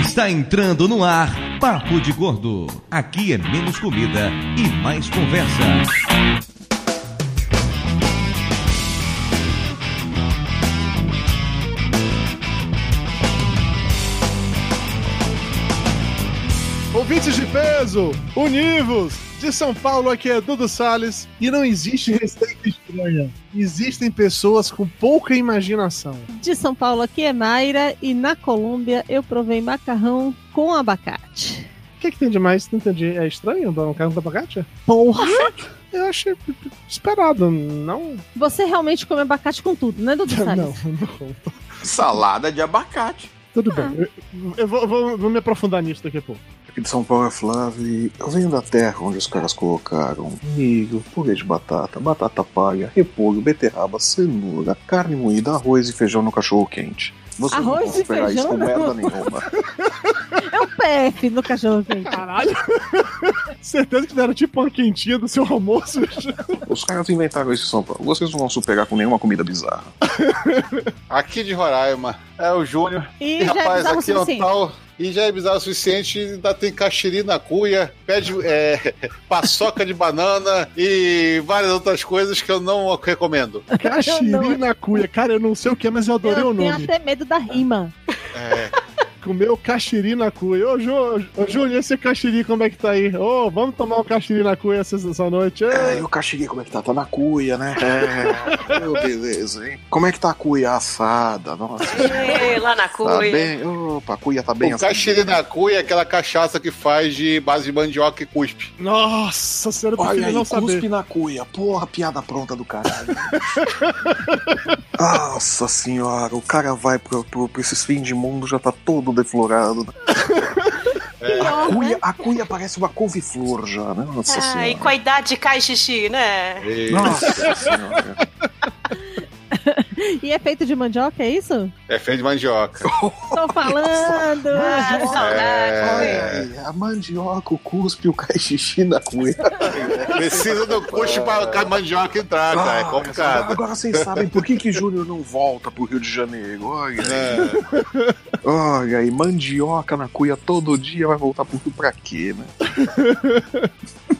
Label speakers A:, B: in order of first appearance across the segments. A: Está entrando no ar Papo de Gordo. Aqui é menos comida e mais conversa.
B: Ouvintes de peso, univos! De São Paulo, aqui é Dudu Salles e não existe receita estranha. Existem pessoas com pouca imaginação.
C: De São Paulo aqui é Mayra e na Colômbia eu provei macarrão com abacate.
B: O que, é que tem de mais? Não entendi. É estranho dar um carro com abacate?
C: Porra!
B: Eu achei p- p- esperado, não.
C: Você realmente come abacate com tudo, né, Dudu
B: Não,
C: Salles?
B: não.
D: Salada de abacate.
B: Tudo
C: Ah.
B: bem. Eu, eu vou, vou- vou me aprofundar nisso daqui a pouco.
D: Aqui de São Paulo é Flávio e eu venho da terra onde os caras colocaram milho, purê de batata, batata palha, repolho, beterraba, cenoura, carne moída, arroz e feijão no cachorro quente. Você
C: Arroz
D: não
C: e
D: esperar isso
C: feijão,
D: com merda
C: não.
D: nenhuma.
C: É o PF no cachorro quente.
B: Caralho! Certeza que deram tipo uma quentinha do seu almoço.
D: Os caras inventaram isso em São Paulo. Vocês não vão superar com nenhuma comida bizarra.
E: Aqui de Roraima. É o Júnior.
C: E
E: E,
C: já é
E: rapaz,
C: bizarro o
E: aqui é o
C: suficiente.
E: tal. E já é bizarro o suficiente, ainda tem caxiri na cuia, pede é, paçoca de banana e várias outras coisas que eu não recomendo.
B: Caxiri na cuia. Cara, eu não sei o que, mas eu adorei
C: Eu
B: o
C: tenho
B: nome.
C: até medo da rima.
E: É,
B: Comeu caxiri na cuia. Ô, Ju, ô, Júlio, esse caxiri, como é que tá aí? Ô, vamos tomar um caxiri na cuia essa, essa noite.
D: É, e
B: Ei,
D: o caxiri, como é que tá? Tá na cuia, né? É, meu, beleza, hein? Como é que tá a cuia assada? Nossa,
F: Ê, É, lá na
D: tá
F: cuia.
D: bem? Opa, a cuia tá bem
E: o caxiri na cuia é aquela cachaça que faz de base de mandioca e cuspe.
B: Nossa senhora, eu
D: Olha
B: prefiro
D: aí,
B: não
D: cuspe
B: saber.
D: na cuia. Porra, piada pronta do caralho. Nossa senhora, o cara vai pro, pro, pra esses fim de mundo, já tá todo deflorado. A
E: É.
C: Pior,
D: cuia,
C: né?
D: a cuia parece uma couve-flor já, né? Nossa
F: Ah, e
D: senhora.
F: com a idade cai xixi, né?
E: E-
D: Nossa senhora.
C: E é feito de mandioca, é isso?
E: É feito de mandioca.
C: Tô falando!
F: Ah,
C: é.
E: É.
F: saudade.
D: Olha aí, a mandioca, o cuspe, o caixixi na cuia.
E: Precisa do cuspe pra a mandioca entrar, cara. É
D: Ah,
E: complicado.
D: Agora vocês sabem por que que Júnior não volta pro Rio de Janeiro. Olha aí.
E: É.
D: Olha aí, mandioca na cuia todo dia vai voltar pro Rio pra quê, né?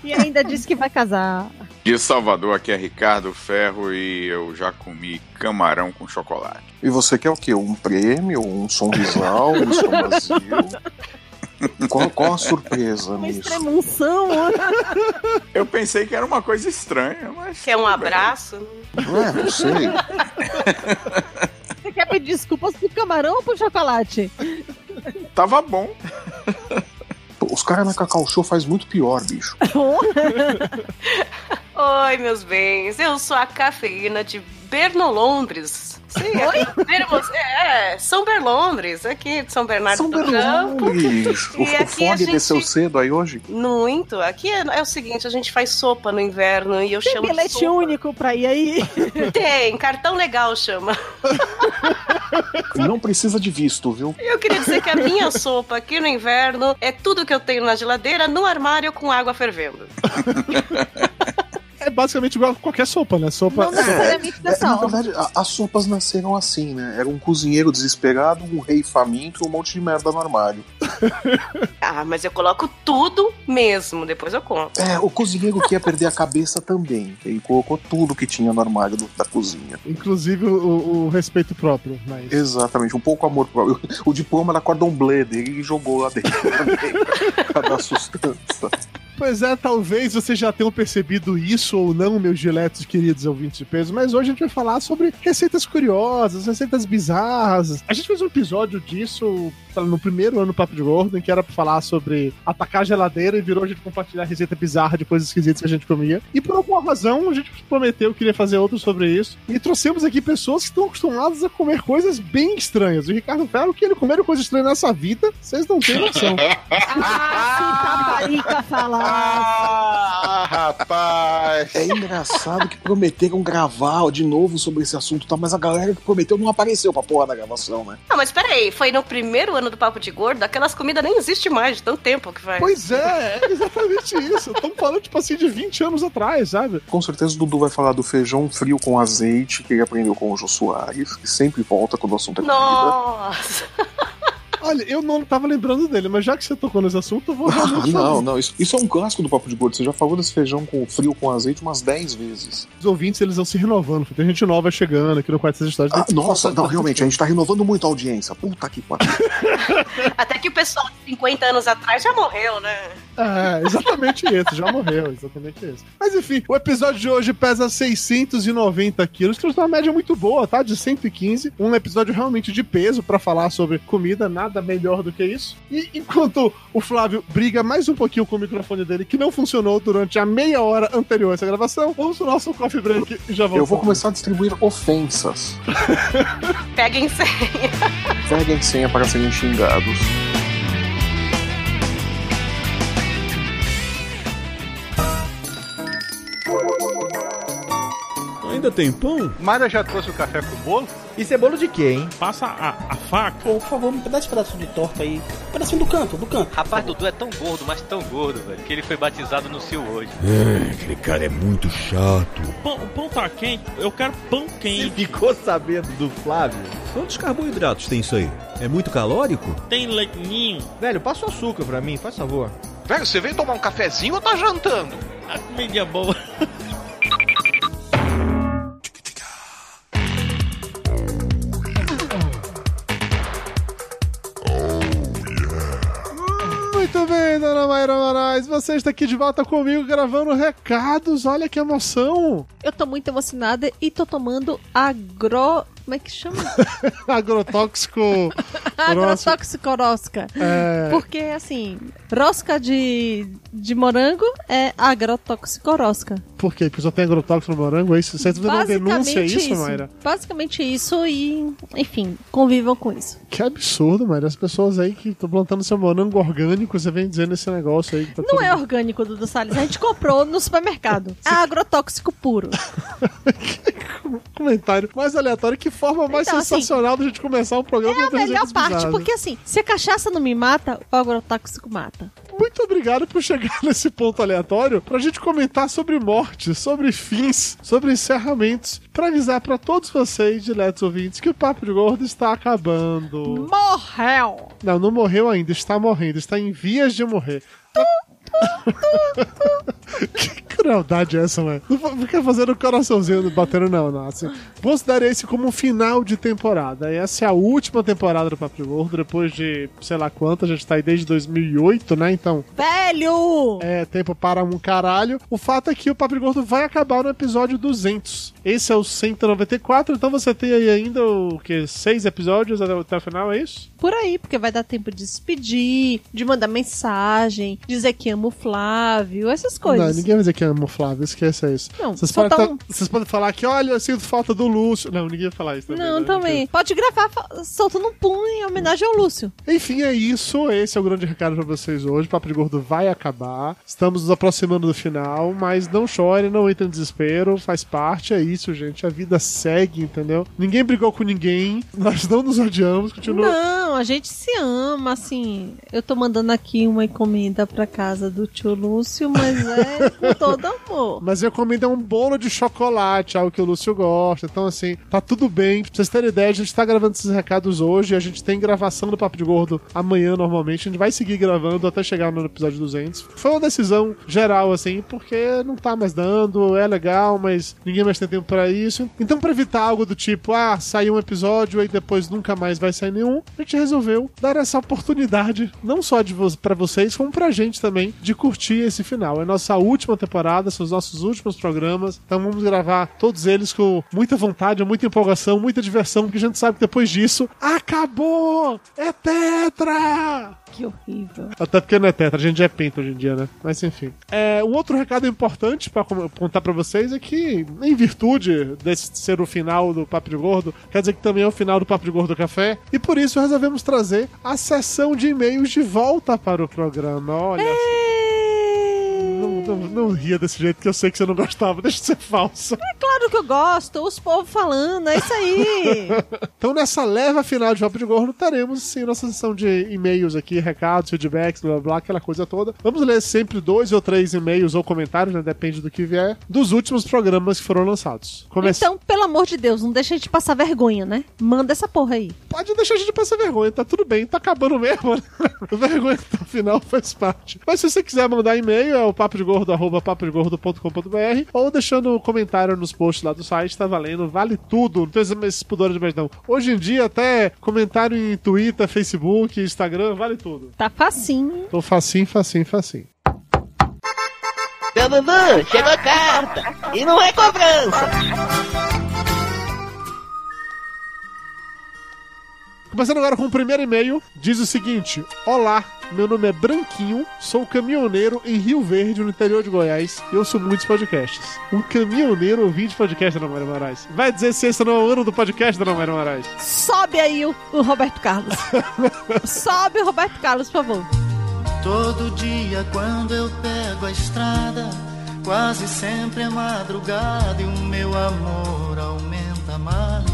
C: E ainda disse que vai casar.
G: De Salvador, aqui é Ricardo Ferro e eu já comi camarão com chocolate.
D: E você quer o quê? Um prêmio? Um som visual? Um som vazio? Qual, qual a
F: Um
D: surpresa
C: É Uma
D: nisso?
C: extremunção. né?
G: Eu pensei que era uma coisa estranha, mas.
F: Quer um
G: tudo bem.
F: abraço?
D: Ué, não sei.
C: Você quer pedir desculpas pro camarão ou pro chocolate?
G: Tava bom.
D: Pô, Os caras na Cacau Show faz muito pior, bicho.
F: Oi, meus bens. Eu sou a cafeína de Bernolondres. Sim, Oi? Termos, é, São Berlondres, aqui de São Bernardo
D: São
F: do Campo.
D: Berlondres. O,
F: E
D: o
F: aqui a
D: Fog
F: gente-
D: desceu cedo aí hoje?
F: Muito. Aqui é, é o seguinte, a gente faz sopa no inverno e eu
C: Tem
F: chamo de
C: bilhete
F: sopa.
C: único pra ir aí.
F: Tem, cartão legal chama.
D: Não precisa de visto, viu?
F: Eu queria dizer que a minha sopa aqui no inverno é tudo que eu tenho na geladeira, no armário com água fervendo.
B: É basicamente igual a qualquer sopa, né? Sopa.
C: Não necessariamente
D: É,
C: dessa
D: na
C: hora.
D: verdade, a- as sopas nasceram assim, né? Era um cozinheiro desesperado, um rei faminto e um monte de merda no armário.
F: Ah, mas eu coloco tudo mesmo, depois eu conto.
D: É, o cozinheiro que ia perder a cabeça também. Ele colocou tudo que tinha no armário do- da cozinha.
B: Inclusive o, o respeito próprio, mas.
D: Exatamente, um pouco amor próprio. O diploma era cordon bleu dele e jogou lá dentro também, pra dar sustância.
B: Pois é, talvez vocês já tenham percebido isso ou não, meus giletes queridos ouvintes de peso, mas hoje a gente vai falar sobre receitas curiosas, receitas bizarras. A gente fez um episódio disso sei lá, no primeiro ano do Papo de Gordo, em que era pra falar sobre atacar a geladeira e virou a gente compartilhar receita bizarra de coisas esquisitas que a gente comia. E por alguma razão a gente prometeu que iria fazer outro sobre isso. E trouxemos aqui pessoas que estão acostumadas a comer coisas bem estranhas. O Ricardo Ferro, que ele comeu coisa estranha nessa vida, vocês não têm noção.
C: Ah, se paparica falar.
E: Ah, rapaz!
D: É engraçado que prometeram gravar de novo sobre esse assunto, tá? mas a galera que prometeu não apareceu pra porra da gravação, né?
F: Não, mas peraí, foi no primeiro ano do Papo de Gordo, aquelas comidas nem existem mais de tanto tempo que faz.
B: Pois é, é exatamente isso. Estamos falando, tipo assim, de 20 anos atrás, sabe?
D: Com certeza o Dudu vai falar do feijão frio com azeite que ele aprendeu com o Jô Soares, que sempre volta quando o assunto é comida.
F: Nossa!
B: Olha, eu não tava lembrando dele, mas já que você tocou nesse assunto, eu vou realmente
D: Ah, não,
B: falar.
D: não. Isso, isso é um clássico do Papo de Gordo. Você já falou desse feijão com frio com azeite umas 10 vezes.
B: Os ouvintes, eles vão se renovando. Tem gente nova chegando aqui no Quarto das Histórias.
D: Ah, nossa, não, realmente, a gente tá renovando muito a audiência. Puta que pariu.
F: Até que o pessoal de 50 anos atrás já morreu, né?
B: É, exatamente esse, já morreu, exatamente esse. Mas enfim, o episódio de hoje pesa 690 quilos, que é uma média muito boa, tá? De 115. Um episódio realmente de peso pra falar sobre comida, nada melhor do que isso. E enquanto o Flávio briga mais um pouquinho com o microfone dele, que não funcionou durante a meia hora anterior a essa gravação, vamos pro nosso coffee break e já voltamos.
D: Eu vou começar a distribuir ofensas.
F: Peguem sem.
D: Peguem senha para serem xingados.
H: Ainda tem pão?
E: Mara já trouxe o café com o bolo?
I: Isso é bolo de quê, hein?
H: Passa a, a faca.
J: Pô, por favor, me dá esse pedaço de torta aí. Um pedacinho do canto, do canto.
K: Rapaz, Dudu é tão gordo, mas tão gordo, velho, que ele foi batizado no Sil hoje.
I: Aquele cara é muito chato.
H: Pão, o pão tá quente. Eu quero pão
I: E
H: quente.
I: ficou sabendo do Flávio?
L: Quantos carboidratos tem isso aí? É muito calórico?
H: Tem leitinho.
I: Velho, passa o açúcar pra mim, faz favor.
K: Velho, você veio tomar um cafezinho ou tá jantando?
H: A comida é boa.
B: Muito bem, dona Mayra Moraes, você está aqui de volta comigo gravando recados, olha que emoção!
C: Eu tô muito emocionada e tô tomando agro. Como é que chama?
B: Agrotóxico.
C: Agrotoxicorosca.
B: é,
C: Porque, assim, rosca de, de morango é agrotoxicorosca.
B: Por quê? Porque só tem agrotóxico no morango? É isso? Você tá fazendo uma denúncia, é isso, Mayra?
C: Basicamente isso e, enfim, convivam com isso.
B: Que absurdo, Mayra. As pessoas aí que estão plantando seu morango orgânico, você vem dizendo esse negócio aí. Que tá
C: Não é orgânico, Dudu Salles. A gente comprou no supermercado. É agrotóxico puro.
B: um comentário mais aleatório. Que forma mais
C: Então, assim,
B: sensacional da gente começar um programa
C: É a
B: com três
C: melhor
B: exemplos
C: parte,
B: bizarros.
C: porque assim, se a cachaça não me mata, o agrotóxico mata.
B: Muito obrigado por chegar nesse ponto aleatório pra gente comentar sobre morte, sobre fins, sobre encerramentos, pra avisar pra todos vocês, diletos ouvintes, que o Papo de Gordo está acabando.
C: Morreu!
B: Não, não morreu ainda, está morrendo, está em vias de morrer. que crueldade é essa, mano? Não fa- fica fazendo coraçãozinho batendo, não, não. Assim, considere esse como um final de temporada. E Essa é a última temporada do Papo de Gordo, depois de sei lá quanto, a gente tá aí desde 2008, né? Então,
C: Velho!
B: é tempo para um caralho. O fato é que o Papo de Gordo vai acabar no episódio 200. Esse é o 194, então você tem aí ainda o que? Seis episódios até o- até o final, é isso?
C: Por aí, porque vai dar tempo de despedir, de mandar mensagem, dizer que amo o Flávio, essas coisas.
B: Não, ninguém vai dizer que ama o Flávio, esqueça isso.
C: Não,
B: Vocês
C: só
B: podem,
C: tá
B: tá-
C: um-
B: vocês podem falar que, olha, eu sinto falta do Lúcio. Não, ninguém vai falar isso também.
C: Não,
B: né?
C: também. Pode gravar fa- soltando um pum em homenagem ao Lúcio.
B: Enfim, é isso. Esse é o grande recado pra vocês hoje. O Papo de Gordo vai acabar. Estamos nos aproximando do final, mas não chore, não entre em desespero. Faz parte, é isso, gente. A vida segue, entendeu? Ninguém brigou com ninguém. Nós não nos odiamos. Continua.
C: Não, a gente se ama, assim. Eu tô mandando aqui uma encomenda pra casa do tio Lúcio, mas é com todo amor.
B: Mas eu comendo um bolo de chocolate, algo que o Lúcio gosta. Então, assim, tá tudo bem. Pra vocês terem ideia, a gente tá gravando esses recados hoje. A gente tem gravação do Papo de Gordo amanhã, normalmente. A gente vai seguir gravando até chegar no episódio 200. Foi uma decisão geral, assim, porque não tá mais dando, é legal, mas ninguém mais tem tempo pra isso. Então, pra evitar algo do tipo, ah, saiu um episódio e depois nunca mais vai sair nenhum, a gente resolveu dar essa oportunidade, não só de vo para vocês, como pra gente também, de curtir esse final. É nossa última temporada, são os nossos últimos programas, então vamos gravar todos eles com muita vontade, muita empolgação, muita diversão, porque a gente sabe que depois disso, acabou! É Tetra!
C: Que horrível.
B: Até porque não é tetra, a gente já é penta hoje em dia, né? Mas enfim. É, um outro recado importante pra com- contar pra vocês é que, em virtude desse ser o final do Papo de Gordo, quer dizer que também é o final do Papo de Gordo Café, e por isso resolvemos trazer a sessão de e-mails de volta para o programa. Olha
C: É.
B: só. Não, não, não ria desse jeito que eu sei que você não gostava, deixa de ser falsa.
C: É, Claro que eu gosto, os povos falando, é isso aí.
B: Então, nessa leva final de Papo de Gordo, teremos sim nossa sessão de e-mails aqui, recados, feedbacks, blá blá, blá, aquela coisa toda. Vamos ler sempre dois ou três e-mails ou comentários, né? Depende do que vier, dos últimos programas que foram lançados. Começa...
C: Então, pelo amor de Deus, não deixa a gente passar vergonha, né? Manda essa porra aí.
B: pode deixar a gente passar vergonha, tá tudo bem, tá acabando mesmo. né? vergonha até o final faz parte. Mas se você quiser mandar e-mail, é o papodegordo, arroba papodegordo.com.br ou deixando um comentário nos posts lá do site, tá valendo, vale tudo. Não tem esses pudores mais não. Hoje em dia, até comentário em Twitter, Facebook, Instagram, vale tudo.
C: Tá facinho.
B: Então facinho, facinho, facinho.
M: Seu Dudu, chegou a carta. E não é cobrança.
B: Começando agora com o primeiro e-mail, diz o seguinte: Olá, meu nome é Branquinho, sou caminhoneiro em Rio Verde, no interior de Goiás, e ouço muitos podcasts. Um caminhoneiro ouvinte de podcast, Dona Maria Moraes. Vai dizer se esse não é o ano do podcast, Dona Maria Moraes?
C: Sobe aí o, o Roberto Carlos. Sobe o Roberto Carlos, por favor.
N: Todo dia quando eu pego a estrada, quase sempre é madrugada e o meu amor aumenta mais.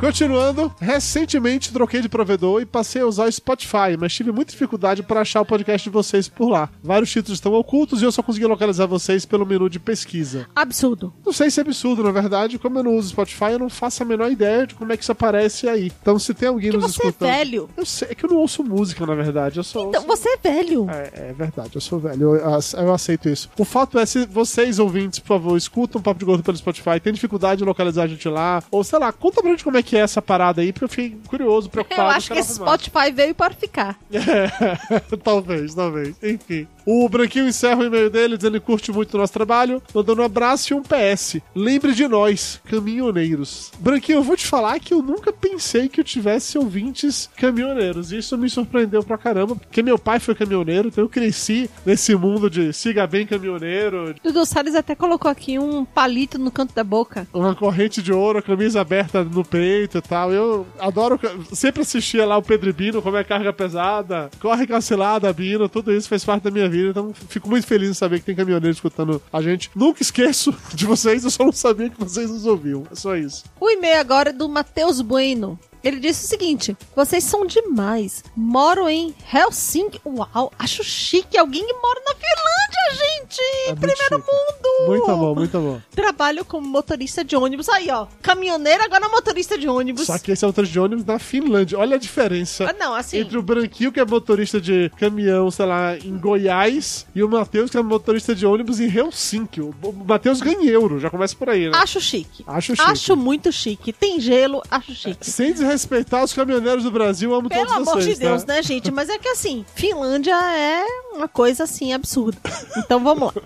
B: Continuando, recentemente troquei de provedor e passei a usar o Spotify, mas tive muita dificuldade para achar o podcast de vocês por lá. Vários títulos estão ocultos e eu só consegui localizar vocês pelo menu de pesquisa.
C: Absurdo.
B: Não sei se é absurdo, na verdade, como eu não uso Spotify, eu não faço a menor ideia de como é que isso aparece aí. Então, se tem alguém nos
C: você é
B: escutando.
C: velho.
B: Eu sei, é que eu não ouço música, na verdade. Eu só
C: Então,
B: ouço-
C: você é velho.
B: É, é verdade, eu sou velho, eu, ace- eu aceito isso. O fato é, se vocês, ouvintes, por favor, escutam o Papo de Gordo pelo Spotify, tem dificuldade em localizar a gente lá, ou sei lá, conta pra gente como é que é essa parada aí, porque eu fiquei curioso, preocupado.
C: Eu acho que
B: quero
C: esse
B: arrumar.
C: Spotify veio para ficar.
B: É, talvez, talvez. Enfim. O Branquinho encerra o e-mail dele dizendo que curte muito o nosso trabalho, mandando um abraço e um PS. Lembre de nós, caminhoneiros. Branquinho, eu vou te falar que eu nunca pensei que eu tivesse ouvintes caminhoneiros. Isso me surpreendeu pra caramba, porque meu pai foi caminhoneiro, então eu cresci nesse mundo de siga bem caminhoneiro,
C: Dudu Salles até colocou aqui um palito no canto da boca.
B: uma corrente de ouro, a camisa aberta no peito e tal. Eu adoro. Sempre assistia lá o Pedro e Bino, como é carga pesada, corre cancelada, Bino, tudo isso fez parte da minha vida. Então fico muito feliz em saber que tem caminhoneiro escutando a gente. Nunca esqueço de vocês, eu só não sabia que vocês nos ouviam. É só isso.
C: O e-mail agora é do Matheus Bueno. Ele disse o seguinte: vocês são demais. Moro em Helsinki. Uau, acho chique. Alguém que mora na Finlândia, gente! Primeiro mundo!
B: É Muito bom, muito bom.
C: Trabalho como motorista de ônibus. Aí, ó. Caminhoneiro, agora motorista de ônibus.
B: Só que esse é o trânsito de ônibus na Finlândia. Olha a diferença.
C: Ah, não, assim-
B: Entre o Branquinho, que é motorista de caminhão, sei lá, em Goiás, e o Matheus, que é motorista de ônibus em Helsinki. O Matheus ganha euro, já começa por aí, né?
C: Acho chique.
B: Acho chique.
C: Acho muito chique. Tem gelo, acho chique.
B: Sem desrespeitar os caminhoneiros do Brasil, amo
C: Pelo
B: todos
C: amor
B: vocês.
C: de Deus,
B: tá?
C: né, gente? Mas é que assim, Finlândia é uma coisa assim absurda. Então vamos lá.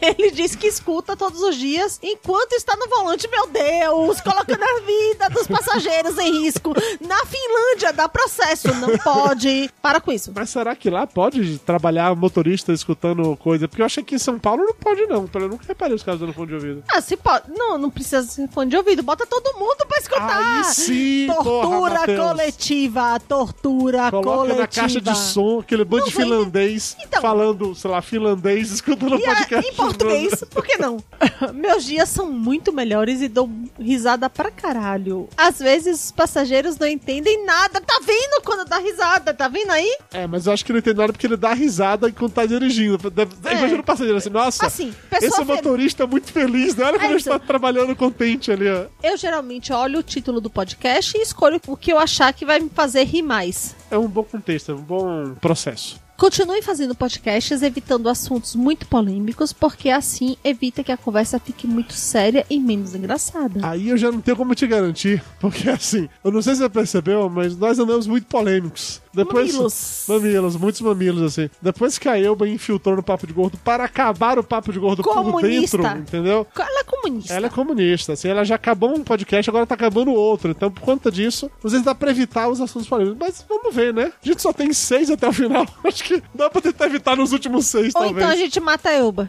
C: Ele diz que escuta todos os dias enquanto está no volante, meu Deus, colocando a vida dos passageiros em risco. Na Finlândia dá processo, não pode. Para com isso.
B: Mas será que lá pode trabalhar motorista escutando coisa? Porque eu achei que em São Paulo não pode, não. Eu nunca reparei os caras dando fone de ouvido.
C: Ah, se pode. Não, não precisa ser um fone de ouvido. Bota todo mundo pra escutar.
B: Aí sim, porra,
C: tortura
B: Matheus.
C: coletiva, tortura
B: Coloca
C: coletiva.
B: na caixa de som aquele bando de finlandês falando, sei lá, finlandês, escutando
C: Então- E é,
B: podcast.
C: em português, por que não? Meus dias são muito melhores e dou risada pra caralho. Às vezes os passageiros não entendem nada. Tá vendo quando dá risada? Tá vendo aí?
B: É, mas eu acho que não tem nada porque ele dá risada enquanto tá dirigindo. Deve- Imagina o passageiro assim, nossa,
C: É. Assim, pessoa
B: esse
C: fel-
B: motorista é muito feliz, né? Olha como
C: É
B: ele
C: isso.
B: está trabalhando contente ali, ó.
C: Eu geralmente olho o título do podcast e escolho o que eu achar que vai me fazer rir mais.
B: É um bom contexto, é um bom processo.
C: Continue fazendo podcasts evitando assuntos muito polêmicos, porque assim evita que a conversa fique muito séria e menos engraçada.
B: Aí eu já não tenho como te garantir, porque assim, eu não sei se você percebeu, mas nós andamos muito polêmicos. Depois,
C: Mamilos.
B: Mamilos, muitos mamilos, assim. Depois que a Elba infiltrou no Papo de Gordo para acabar o Papo de Gordo
C: Comunista.
B: por dentro, entendeu?
C: Ela é comunista.
B: Ela é comunista, assim, ela já acabou um podcast, agora tá acabando outro. Então, por conta disso, às vezes dá pra evitar os assuntos polêmicos. Mas vamos ver, né? A gente só tem seis até o final. Acho que dá pra tentar evitar nos últimos seis,
C: Ou
B: é talvez.
C: então a gente mata a Elba.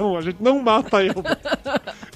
B: Não, a gente não mata a Elba.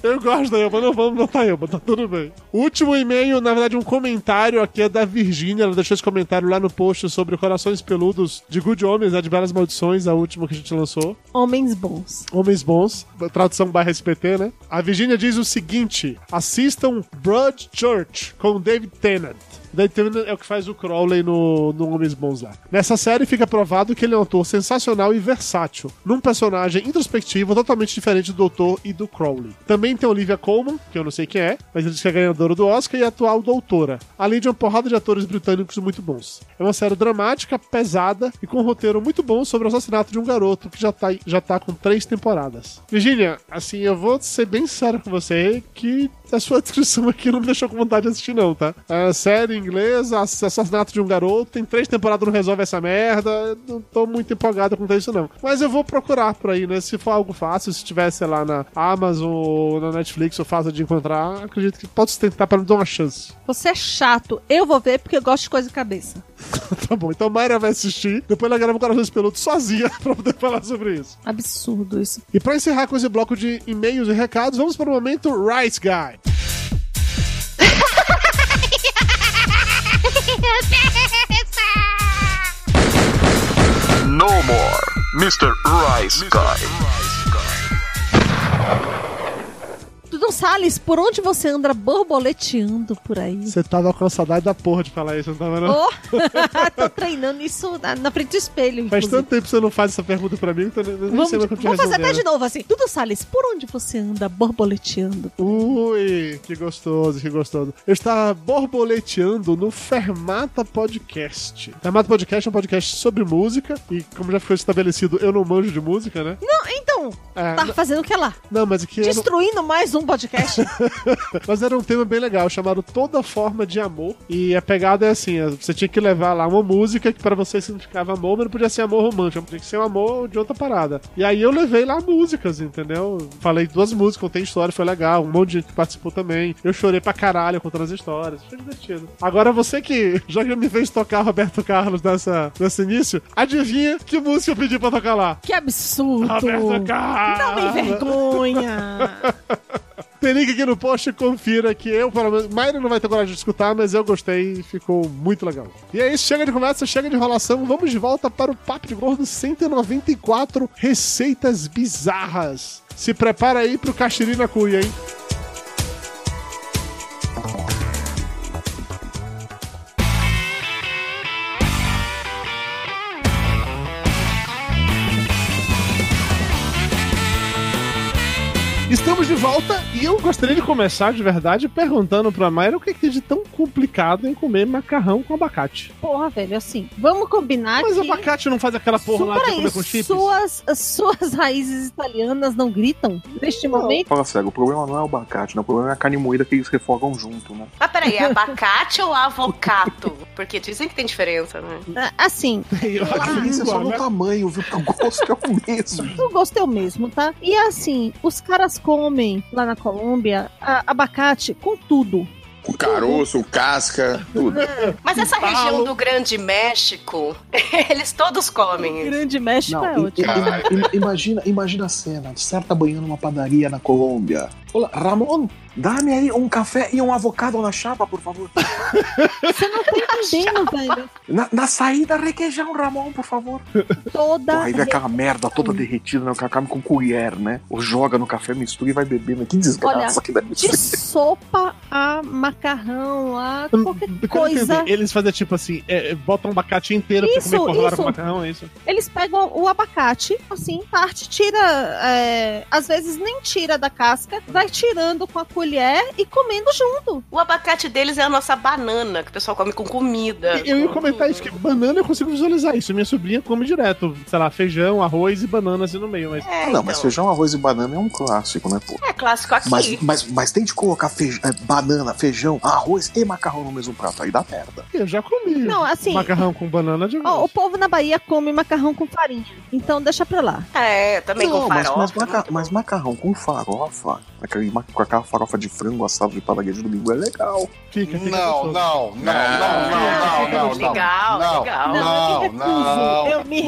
B: Eu gosto da Elba, não vamos matar a Elba, tá tudo bem. Último e-mail, na verdade, um comentário aqui é da Virgínia. Ela deixou esse comentário lá no post sobre Corações Peludos de Good Homens, né, de Belas Maldições, a última que a gente lançou.
C: Homens bons.
B: Homens Bons, tradução barra SPT, né? A Virgínia diz o seguinte: assistam Broad Church com David Tennant. Daí teve, é o que faz o Crowley no, no Homens Bons lá. Nessa série fica provado que ele é um autor sensacional e versátil, num personagem introspectivo totalmente diferente do Doutor e do Crowley. Também tem Olivia Colman, que eu não sei quem é, mas ele diz que é ganhadora do Oscar e atual doutora, além de uma porrada de atores britânicos muito bons. É uma série dramática, pesada e com um roteiro muito bom sobre o assassinato de um garoto que já tá, já tá com três temporadas. Virginia, assim, eu vou ser bem sério com você que a sua descrição aqui não me deixou com vontade de assistir, não, tá? A série inglesa, ass- assassinato de um garoto, tem três temporadas não resolve essa merda. Não tô muito empolgado com isso, não. Mas eu vou procurar por aí, né? Se for algo fácil, se tiver, sei lá, na Amazon ou na Netflix, ou fácil de encontrar, acredito que posso tentar pra me dar uma chance.
C: Você é chato. Eu vou ver porque eu gosto de coisa de cabeça.
B: tá bom, então Mayra vai assistir, depois ela grava o Corações Peludos sozinha pra poder falar sobre isso.
C: Absurdo isso.
B: E pra encerrar com esse bloco de e-mails e recados, vamos para o momento Rice Guy.
O: No more, Mr. Rice Guy.
C: Dudu Salles, por onde você anda borboleteando por aí?
B: Você tava com a saudade da porra de falar isso, não tava não?
C: Oh, tô treinando isso na, na frente do espelho.
B: Faz
C: inclusive.
B: tanto tempo que você não faz essa pergunta pra mim, então eu nem
C: Vamos,
B: sei mais como te
C: vamos fazer até de
B: responder, né?
C: novo assim. Dudu Salles, por onde você anda borboleteando?
B: Ui, que gostoso, que gostoso. Eu estava borboleteando no Fermata Podcast. Fermata Podcast é um podcast sobre música, e como já ficou estabelecido, eu não manjo de música, né?
C: Não, então,
B: É,
C: tá
B: não-
C: fazendo o que lá?
B: Não, mas aqui. eu não-
C: Destruindo mais um podcast?
B: Mas era um tema bem legal, chamado Toda Forma de Amor. E a pegada é assim: é, você tinha que levar lá uma música que pra você significava amor, mas não podia ser amor romântico, tinha que ser um amor de outra parada. E aí eu levei lá músicas, entendeu? Falei duas músicas, contei história, foi legal. Um monte de gente que participou também. Eu chorei pra caralho contando as histórias. Foi divertido. Agora você que já me fez tocar Roberto Carlos nessa, nesse início, adivinha que música eu pedi pra tocar lá?
C: Que absurdo!
B: Roberto Carlos!
C: Não me envergonha!
B: Tem link aqui no post, confira que eu, pelo menos, Mayra não vai ter coragem de escutar, mas eu gostei e ficou muito legal. E é isso, chega de conversa, chega de enrolação, vamos de volta para o Papo de Gordo 194 Receitas Bizarras. Se prepara aí pro Caxiri na cuia, hein? Estamos de volta e eu gostaria de começar de verdade perguntando pra Mayra o que, que tem de tão complicado em comer macarrão com abacate.
C: Porra, velho, assim, vamos combinar
B: Mas
C: que...
B: abacate não faz aquela porra lá de
C: Peraí,
B: comer com chips?
C: suas, as suas raízes italianas não gritam neste momento?
D: Fala sério, o problema não é o abacate, né? o problema é a carne moída que eles refogam junto, né?
F: Mas peraí, é abacate ou avocado? Porque dizem que tem diferença, né?
C: Ah, Assim,
D: A diferença é só
B: né?
D: no tamanho, viu? Porque o gosto é o mesmo.
C: o gosto é o mesmo, tá? E assim, os caras comem lá na Colômbia a- abacate com tudo.
G: Com caroço, casca, tudo.
F: Mas essa região do Grande México, eles todos comem.
C: Grande México é
D: Não, im- im- im- imagina, imagina a cena, certa banhando numa padaria na Colômbia. Olá, Ramon, dá-me aí um café e um avocado na chapa, por favor.
C: Você não tá entendendo, velho.
D: Na, na saída, requeijão, Ramon, por favor.
C: Toda.
D: Pô, aí vem aquela merda toda derretida, né? O cara come com colher, né? Ou joga no café, mistura e vai bebendo. Que
C: Olha,
D: desgraça que deve
C: de
D: ser.
C: sopa a macarrão, a qualquer
B: Eu não
C: coisa.
B: entendi. Eles fazem tipo assim, é, é, botam um abacate inteiro pra
C: Isso,
B: comer porra lá
C: isso.
B: com macarrão, é isso?
C: Eles pegam o abacate, assim, parte, tira. é, às vezes nem tira da casca, vai tirando com a colher e comendo junto.
F: O abacate deles é a nossa banana, que o pessoal come com comida.
B: Eu ia comentar isso, que banana eu consigo visualizar isso. Minha sobrinha come direto, sei lá, feijão, arroz e banana assim no meio, mas.
D: Ah, não,
F: então.
D: mas feijão, arroz e banana é um clássico, né, pô?
F: É clássico aqui.
D: Mas, mas, mas tem de colocar feijão, banana, feijão, arroz e macarrão no mesmo prato. Aí dá merda.
B: Eu já comi.
C: Não, assim-
B: Macarrão com banana de
C: Ó, o povo na Bahia come macarrão com farinha. Então deixa pra lá.
F: É,
D: Não, mas- Mas, maca- mas macarrão com farofa, aquele, ma- com aquela farofa de frango assado de padaria de domingo é legal.
B: Fica,
E: fica não, não, não, não, não, não, não, não.
F: Legal,
E: não,
F: legal.
E: Não,
B: eu me recuso,
E: não,
B: eu
C: me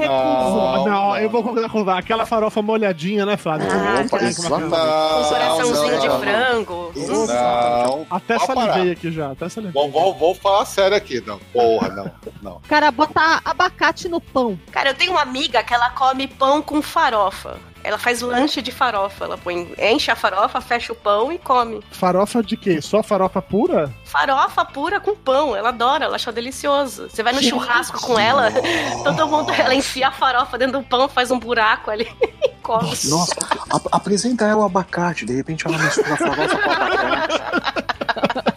E: recuso.
B: Não, eu vou concordar com o Vá. Aquela farofa molhadinha, né, Flávio?
E: Ah,
B: Opa,
E: cara.
B: com macarrão.
E: Não, Um
F: coraçãozinho de
E: não, não.
F: frango. Hum.
E: Não.
B: Até
E: Pode parar.
B: salivei aqui já, até salivei.
E: Vou, vou, vou falar sério aqui, não. Porra, não, não.
C: Cara, botar abacate no pão.
F: Cara, eu tenho uma amiga que ela come pão com farofa. Ela faz lanche de farofa. Ela põe, enche a farofa, fecha o pão e come.
B: Farofa de quê? Só farofa pura?
F: Farofa pura com pão. Ela adora, ela acha delicioso. Você vai no churrasco com ela, todo mundo, ela enfia a farofa dentro do pão, faz um buraco ali e come.
D: Nossa, a- apresenta ela o abacate, de repente ela mistura a farofa com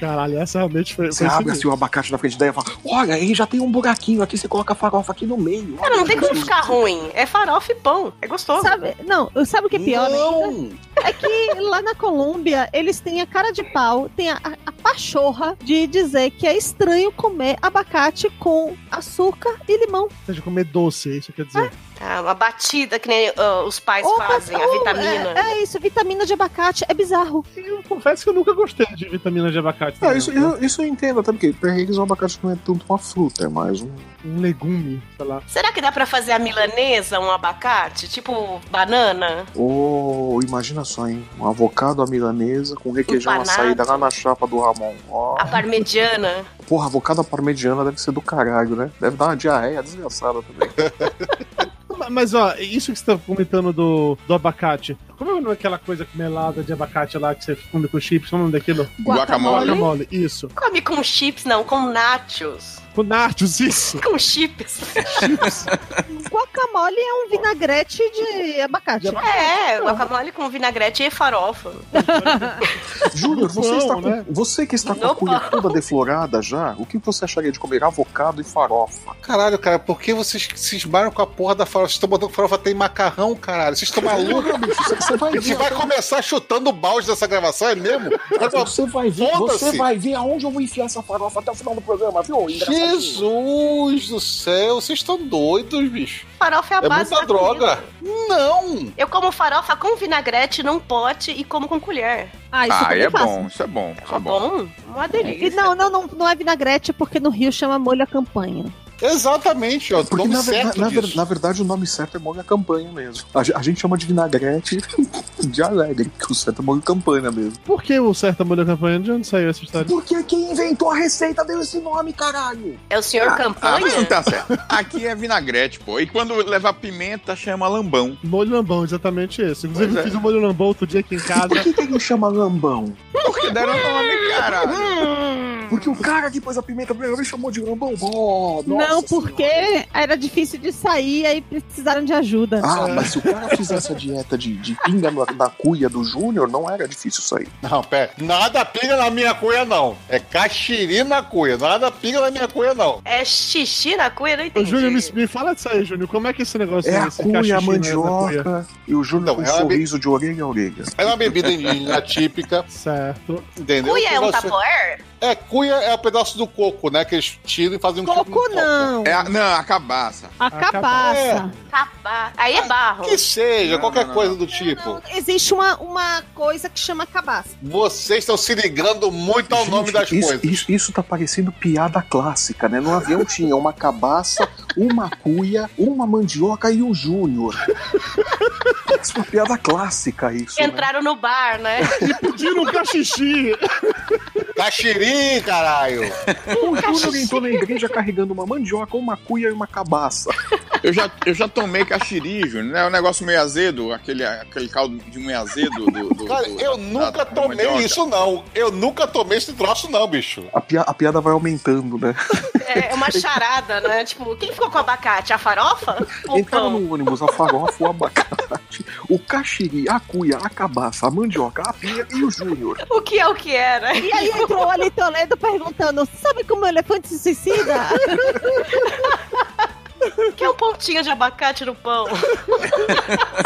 B: Caralho, essa realmente foi.
D: Você abre assim o abacate na frente dela e fala: Olha, aí já tem um buraquinho aqui, você coloca a farofa aqui no meio.
F: Cara, não tem como ficar ruim. É farofa e pão. É gostoso.
C: Sabe, não, eu- sabe o que é pior
D: Não!
C: ainda? É que lá na Colômbia eles têm a cara de pau, tem a, a pachorra de dizer que é estranho comer abacate com açúcar e limão.
B: Seja comer doce, é isso quer dizer.
F: Tá, uma batida que nem ah, os pais
C: Ou-
F: fazem, a
C: ou-
F: vitamina.
C: É, é isso, vitamina de abacate. É bizarro.
B: Eu confesso que eu nunca gostei de vitamina de abacate. né?
D: Ah, isso, eu, isso eu entendo, até porque pra eles o abacate não é tanto uma fruta, é mais um.
B: Um legume, sei lá.
F: Será que dá pra fazer a milanesa, um abacate? Tipo banana?
D: Oh, imagina só, hein? Um avocado à milanesa com requeijão
F: Empanado.
D: açaí da lá na chapa do Ramon. Ó.
F: A parmegiana?
D: Porra, avocado à parmegiana deve ser do caralho, né? Deve dar uma diarreia desgraçada também.
B: Ma- Mas ó, isso que você tá comentando do, do abacate. Como é o nome daquela coisa melada de abacate lá que você come com chips? Como é o nome daquilo?
F: Guacamole.
B: Guacamole, isso.
F: Come com chips, não, com nachos.
B: Com nachos, isso.
F: Com chips.
C: Guacamole é um vinagrete de abacate.
F: É, guacamole com vinagrete e farofa.
D: Júnior, você,
F: pão,
D: está com-
F: né?
D: você que está com
F: No
D: a cuia
F: pão.
D: toda deflorada já, o que você acharia de comer avocado e farofa?
E: Caralho, cara, por que vocês cismaram com a porra da farofa? Vocês estão botando farofa, tem macarrão, caralho. Vocês estão malucos?
D: Porra, bicho, você- você vai ver-
E: Você vai começar chutando o balde dessa gravação, é mesmo?
D: Você vai ver,
E: Foda-se.
D: você vai ver aonde eu vou enfiar essa farofa até o final do programa, viu? Engraçadinho.
E: Jesus do céu, vocês estão doidos, bicho.
F: Farofa é a
E: É
F: base
E: muita
F: da comida.
E: droga. Não!
F: Eu como farofa com vinagrete num pote e como com colher.
C: Ah,
G: Ah, aí é
C: fácil.
G: bom, isso é bom, isso é bom.
F: Bom, uma delícia.
C: E não, não, não, não é vinagrete porque no Rio chama molho à campanha.
E: Exatamente, ó.
D: É Porque
E: nome
D: na, ver-
E: certo
D: na- na ver-
E: disso.
D: na verdade o nome certo é Moga Campanha mesmo. A, ge- a gente chama de vinagrete de alegre, que o certo é Moga Campanha mesmo.
B: Por que o certo amor da campanha? De onde saiu essa história?
D: Porque quem inventou a receita deu esse nome, caralho!
F: É o senhor
G: Ah, mas não
F: Campanha?
G: tá certo. Aqui é vinagrete, pô. E quando levar pimenta, chama lambão.
B: Molho lambão, exatamente esse. Inclusive,
D: é.
B: eu fiz um molho lambão outro dia aqui em casa.
D: Por que, que ele chama lambão?
G: Porque deram nome, caralho.
D: Porque o cara que pôs a pimenta a primeira vez chamou de lambão. Oh, nossa
C: não, porque era difícil de sair aí precisaram de ajuda.
D: Ah, mas se o cara fizesse a dieta de, de pinga na, na cuia do Júnior, não era difícil sair.
E: Não, pera. Nada pinga na minha cuia, não. É caxiri na cuia. Nada pinga na minha cuia, não.
F: É xixi na cuia, não
B: Ô,
F: entendi.
B: Júnior, me, me fala disso aí, Júnior. Como é que esse negócio
D: É a
B: esse
D: cuia, a
B: cachixi, né, da cuia?
D: mandioca e o Júnior
E: Não,
D: com um
E: é uma be-
D: sorriso de orelha a orelha.
E: É uma bebida indígena típica,
B: Certo.
E: entendeu?
F: Cuia
E: Que
F: é um
E: você-
F: tapoer?
E: É, cuia é o pedaço do coco, né? Que eles tiram e fazem um tipo de
C: Coco
E: coco.
C: não.
G: É a- não, a cabaça.
C: A cabaça.
F: Cabá. Aí é barro.
E: Que seja,
G: Não,
E: qualquer
G: não, não,
E: coisa do tipo.
C: Existe uma, uma coisa que chama cabaça.
E: Vocês estão se ligando muito ao nome das
D: isso,
E: coisas.
D: Isso, isso tá parecendo piada clássica, né? No avião tinha uma cabaça, uma cuia, uma mandioca e o Júnior. Isso é uma piada clássica, isso. né?
F: Entraram no bar, né?
B: Pediram um cachixi.
E: Caxiri, caralho.
D: O Júnior entrou na igreja carregando uma mandioca, uma cuia e uma cabaça.
G: Eu já, eu já tomei caxiri, Júnior, né? O negócio meio azedo, aquele, aquele caldo de meio azedo do. do-
E: Cara,
G: do-
D: é
E: eu
G: da-
E: nunca
G: da
E: tomei
G: mandioca.
E: isso, não. Eu nunca tomei esse troço, não, bicho.
D: A, pia- a piada vai aumentando, né?
F: É é uma charada, né? Tipo, quem ficou com abacate? A farofa? Ou o
D: Entraram
F: pão?
D: no ônibus, a farofa, o abacate, o caxiri, a cuia, a cabaça, a mandioca, a pia e o Júnior.
F: O que é o que era?
C: E aí entrou ali Toledo perguntando: sabe como o elefante se suicida?
F: Que é um pontinho de abacate no pão?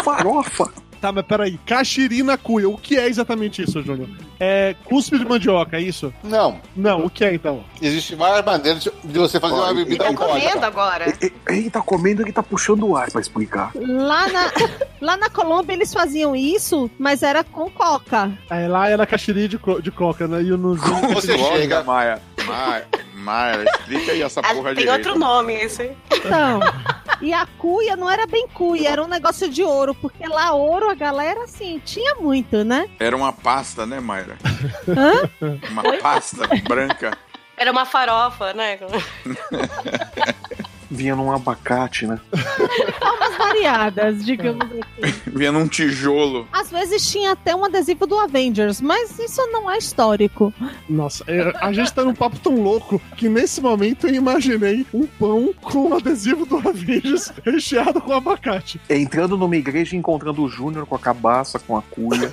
D: Farofa.
B: Tá, mas peraí. Caxiri na cuia. O que é exatamente isso, Júnior? É cuspe de mandioca, é isso?
E: Não.
B: Não, o que é então?
E: Existem várias maneiras de de você fazer
D: Ó,
E: uma
D: e-
E: bebida
D: e-
F: Tô Tá comendo
E: alcoólica.
F: agora.
D: E- e- Ele tá comendo, ele tá puxando o ar pra explicar.
C: Lá na, lá na Colômbia eles faziam isso, mas era com coca.
B: Aí É, lá era caxiri de, co- de coca, né? E no Júnior...
E: Você
G: Lógica,
E: chega.
G: Maia. Maia, Maia, explica aí essa
E: tá
F: Ah,
G: porra
F: tem
G: direito.
F: outro nome esse.
C: Então. E a cuia não era bem cuia, era um negócio de ouro, porque lá ouro a galera assim tinha muito, né?
G: Era uma pasta, né, Mayra?
C: Hã?
G: Uma pasta branca.
E: Tá
F: Era uma farofa, né?
D: vinha num abacate, né?
C: Formas variadas, digamos assim.
G: Vinha num tijolo.
C: Às vezes tinha até um adesivo do Avengers, mas isso não é histórico.
B: Nossa, é, a gente tá num papo tão louco que nesse momento eu imaginei um pão com adesivo do Avengers recheado com abacate.
D: Entrando numa igreja e encontrando o Júnior com a cabaça, com a cuia.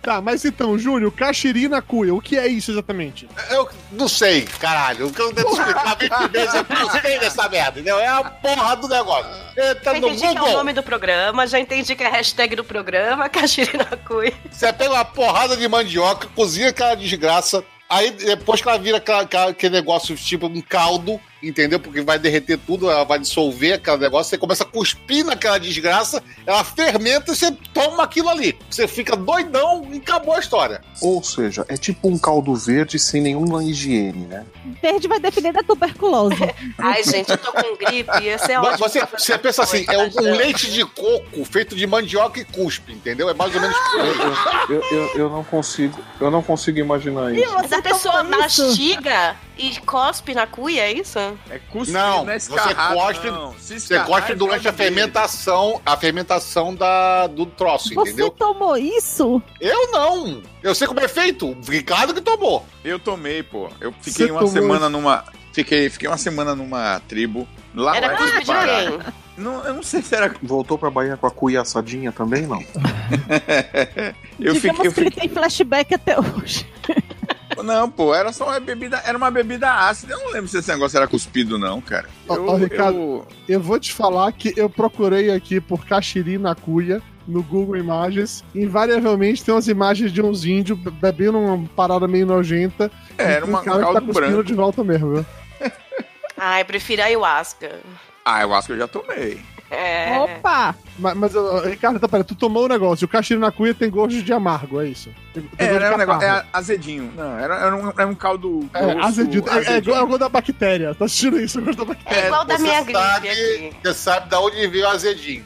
B: Tá, mas então, Júnior, Caxiri na cuia, o que é isso exatamente?
E: Eu não sei, caralho. O que eu tento explicar 20 vezes, eu não sei dessa merda, entendeu? É a porra do negócio. Entra
F: Já
E: no
F: entendi que é o
E: Google,
F: nome do programa, já entendi que é a hashtag do programa, Caxiri na Cui.
E: você pega uma porrada de mandioca, cozinha aquela desgraça, aí depois que ela vira aquela- aquela- aquele negócio tipo um caldo, entendeu? Porque vai derreter tudo, ela vai dissolver aquele negócio, você começa a cuspir naquela desgraça, ela fermenta e você toma aquilo ali. Você fica doidão e acabou a história.
D: Ou seja, é tipo um caldo verde sem nenhuma higiene, né?
C: Verde vai defender da tuberculose.
F: Ai, gente, eu tô com gripe, ia ser
E: Mas
F: ótimo.
E: você,
F: pra
E: você
F: fazer
E: pensa assim, é um,
F: coisa.
E: um leite de coco feito de mandioca e cuspe, entendeu? É mais ou menos por aí.
D: Eu, eu, eu não consigo, eu não consigo imaginar isso.
F: Mas a pessoa mastiga e cospe na cuia, é isso?
G: É cuspe,
E: Não,
G: não é
E: você
G: escarrado,
E: cospe,
G: não. Se
E: você
G: escarrar,
E: cospe
G: é
E: durante a
G: problema dele.
E: fermentação, a fermentação da, do troço,
C: Você
E: entendeu?
C: tomou isso?
E: Eu não. Eu sei como é feito. O Ricardo que tomou.
G: Eu tomei, pô. Eu fiquei
E: Você
G: uma
E: tomou
G: semana
E: isso?
G: numa. Fiquei, fiquei uma semana numa tribo.
E: Ah,
G: Lá
F: Era
G: lá
F: cuspe
G: no
F: de
G: Pará.
F: quem?
G: Não, eu não sei se era.
D: Voltou pra Bahia com a cuia assadinha também, não?
B: Tipo
G: eu
C: digamos
G: fiquei, eu
C: que
G: fiquei.
C: ele tem flashback até hoje.
G: Não, pô, era só uma bebida. Era uma bebida ácida. Eu não lembro se esse negócio era cuspido, não, cara.
B: Ó,
G: Eu-
B: ó, Ricardo,
G: eu-
B: eu... vou te falar que eu procurei aqui por Caxiri na cuia no Google Imagens. Invariavelmente tem umas imagens de uns índios bebendo uma parada meio nojenta.
G: É, era
B: E tem
G: uma-
B: um cara que tá
G: caldo
B: cuspindo
G: branco.
B: de volta mesmo. viu?
F: Ai, prefiro a ayahuasca.
G: Ah, eu acho que eu já tomei.
F: É.
C: Opa!
B: Mas, mas, ó, Ricardo, tá, pera, tu tomou o negócio. O Caxiri na cuia tem gosto de amargo, é isso? Tem- tem
G: É,
B: gosto de
G: era um negócio.
B: catarro.
G: É azedinho. Não, era, era, um, era um caldo.
B: É,
G: grosso,
B: azedinho. É- É,
G: azedinho.
B: igual, é igual da bactéria. Tá assistindo isso? É igual da bactéria.
F: É igual da
E: Você
F: minha gripe
E: sabe-
F: aqui.
E: Você sabe da onde veio o azedinho.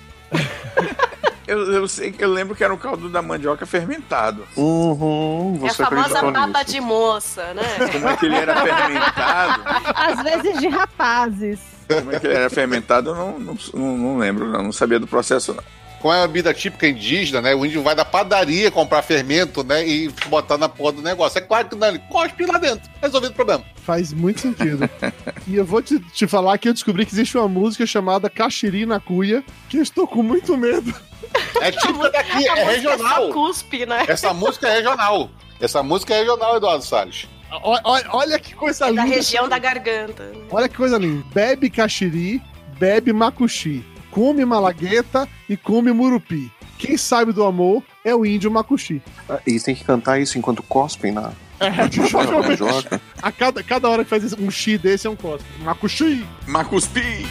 G: Eu, eu, sei, eu lembro que era um caldo da mandioca fermentado.
D: Uhum,
F: É a
G: você
F: famosa
G: acreditou
F: baba
G: nisso.
F: de moça, né?
G: Como é que ele era fermentado?
C: Às vezes de rapazes.
G: Como é que ele era fermentado, eu não, não, não, não lembro, não. Não sabia do processo, não.
E: Como é uma bebida típica indígena, né? O índio vai da padaria comprar fermento, né? E botar na porra do negócio. É claro que não, ele cospe lá dentro. Resolvido o problema.
B: Faz muito sentido. e eu vou te, te falar que eu descobri que existe uma música chamada Caxiri na cuia, que eu estou com muito medo.
E: É típica daqui,
F: A
E: é
F: música
E: regional.
F: só cuspe, né?
E: Essa música é regional. Essa música é regional, Eduardo Salles.
B: Ó- ó- Olha que coisa
F: É Da
B: linda.
F: região da garganta.
B: Olha que coisa linda. Bebe caxiri, bebe macuxi, come malagueta e come murupi. Quem sabe do amor é o índio macuxi.
D: Ah, Eles têm que cantar isso enquanto cospem na na
B: É,
D: mandioca.
B: a cada, cada hora que faz um chi desse é um cosmo. Macuxi!
G: Macuspi!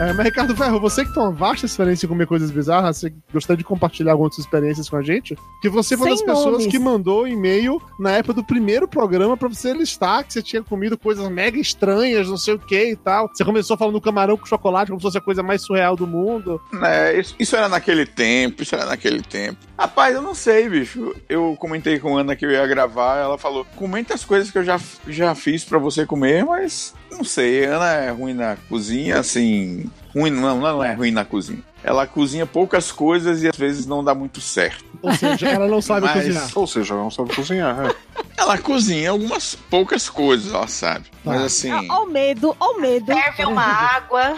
B: É, mas, Ricardo Ferro, você que tem uma vasta experiência em comer coisas bizarras, você gostaria de compartilhar algumas suas experiências com a gente? Que você foi uma das
C: Sem
B: pessoas
C: nomes.
B: que mandou um e-mail na época do primeiro programa pra você listar que você tinha comido coisas mega estranhas, não sei o que e tal. Você começou falando do camarão com chocolate como se fosse a coisa mais surreal do mundo.
G: É, isso, isso era naquele tempo, isso era naquele tempo. Rapaz, eu não sei, bicho. Eu comentei com a Ana que eu ia gravar, ela falou: comenta as coisas que eu já, já fiz pra você comer, mas não sei. A Ana é ruim na cozinha, assim. Ruim, não, ela não é ruim na cozinha. Ela cozinha poucas coisas e às vezes não dá muito certo.
B: Ou seja, ela não sabe
G: Mas-
B: cozinhar.
D: Ou seja, ela não sabe cozinhar. é.
G: Ela cozinha algumas poucas coisas, ela sabe. Mas assim,
C: Ó o medo, ó o medo.
F: Serve
B: é
F: uma água.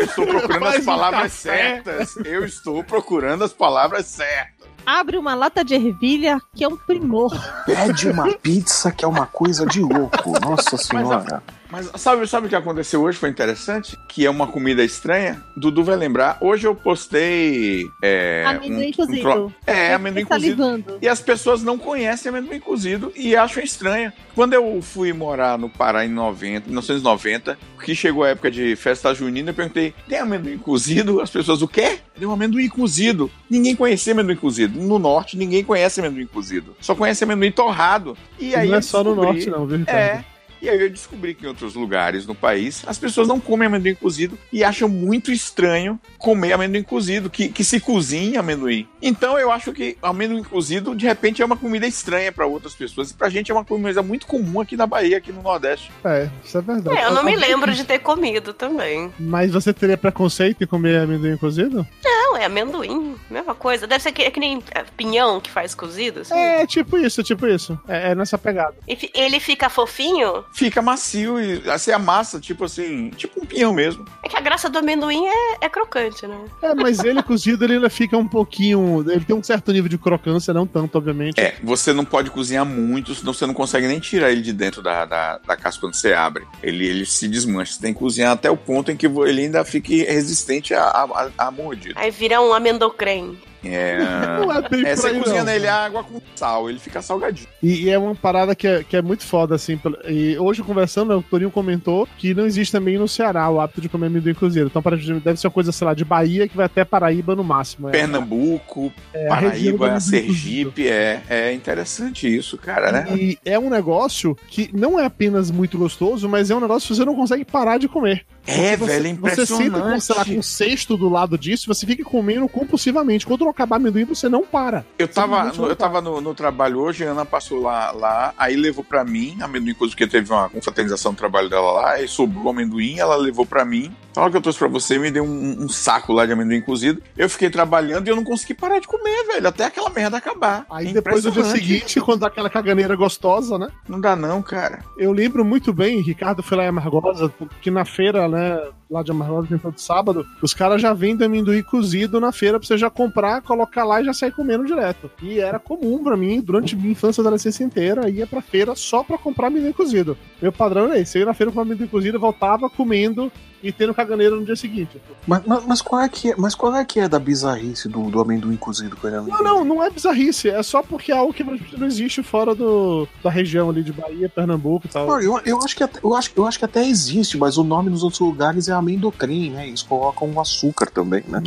G: estou procurando
F: Faz
G: as
F: um
G: palavras
F: café.
G: certas. Eu estou procurando as palavras certas.
C: Abre uma lata de ervilha, que é um primor.
D: Pede uma pizza que é uma coisa de louco. Nossa
G: Mas a-
D: senhora.
G: Mas a, Mas sabe, sabe o que aconteceu hoje? Foi interessante? Que é uma comida estranha. Dudu vai lembrar. Hoje eu postei. É,
C: Amendoim
G: um- um
C: cozido.
G: tro- É, amendoim
C: Tá
G: cozido.
C: salivando.
G: E as pessoas não conhecem amendoim cozido e acham estranho. Quando eu fui morar no Pará em 90, 1990, que chegou a época de festa junina, eu perguntei: tem amendoim cozido? As pessoas, o quê? Tem um amendoim cozido. Ninguém conhecia amendoim cozido. No norte, ninguém conhece amendoim cozido. Só conhece amendoim torrado. E aí
B: não
G: eu
B: é só no
G: descobri-
B: norte, não, viu, Ricardo?
G: É. E aí eu descobri que em outros lugares no país as pessoas não comem amendoim cozido e acham muito estranho comer amendoim cozido, que, que se cozinha amendoim. Então eu acho que amendoim cozido de repente é uma comida estranha para outras pessoas e pra gente é uma coisa muito comum aqui na Bahia, aqui no Nordeste.
B: É, isso é verdade.
F: É, eu não me lembro de ter comido também.
B: Mas você teria preconceito em comer amendoim cozido?
F: Não, é amendoim, mesma coisa. Deve ser que, é que nem é, pinhão que faz cozido. assim.
B: É, tipo isso, tipo isso. É, é nessa pegada.
F: E fi- Ele fica fofinho?
G: Fica macio e assim amassa, tipo assim, tipo um pinhão mesmo.
F: É que a graça do amendoim é, é crocante, né?
B: É, mas ele cozido, ele ainda fica um pouquinho. Ele tem um certo nível de crocância, não tanto, obviamente.
G: É, você não pode cozinhar muito, senão você não consegue nem tirar ele de dentro da, da, da casca quando você abre. Ele, ele se desmancha. Você tem que cozinhar até o ponto em que vo- ele ainda fique resistente à a, a, mordida.
F: Aí vira um amendocrem.
G: É,
B: Não é bem
G: é,
B: por
G: você
B: aí,
G: cozinha
B: não.
G: nele a água com sal, ele fica salgadinho.
B: E, e é uma parada que é, que é muito foda, assim. pela- E hoje, conversando, né, o Torinho comentou que não existe também no Ceará o hábito de comer amendoim cozido. Então, para deve ser uma coisa, sei lá, de Bahia que vai até Paraíba no máximo. é.
G: Pernambuco,
B: É, a região do
G: Paraíba,
B: amendoim
G: Sergipe, é, é interessante isso, cara, né?
B: E é um negócio que não é apenas muito gostoso, mas é um negócio que você não consegue parar de comer.
G: É,
B: Porque
G: velho, é
B: Você senta com, sei lá, com um cesto do lado disso, você fica comendo compulsivamente. Quando não acabar amendoim, você né? não para.
G: Eu tava,
B: Simplesmente
G: no,
B: não
G: eu tava no, no trabalho hoje, a Ana passou lá, lá aí levou pra mim amendoim cozido, porque teve uma confraternização do trabalho dela lá, aí sobrou amendoim, ela levou pra mim. Fala que eu trouxe pra você, me deu um, um saco lá de amendoim cozido. Eu fiquei trabalhando e eu não consegui parar de comer, velho, até aquela merda acabar. É
B: Aí depois do dia seguinte, quando dá aquela caganeira gostosa, né?
G: Não dá não, cara.
B: Eu lembro muito bem, Ricardo foi lá em Amargosa, que na feira, né, lá de Amargosa, tem todo sábado, os caras já vendem amendoim cozido na feira pra você já comprar, colocar lá e já sair comendo direto. E era comum pra mim, durante minha infância e adolescência inteira, ia pra feira só pra comprar amendoim cozido. Meu padrão era esse, eu ia na feira com amendoim cozido, voltava comendo e tendo caganeira no dia seguinte.
D: Mas, mas, mas qual é que é, mas qual é que é da bizarrice do, do amendoim cozido com ele?
B: Não, não, não é bizarrice, é só porque é algo que não existe fora do, da região ali de Bahia, Pernambuco e tal.
D: Não, eu, eu, acho que até, eu, acho, eu acho que até existe, mas o nome nos outros lugares é amendocrim, né? Eles colocam o açúcar também, né?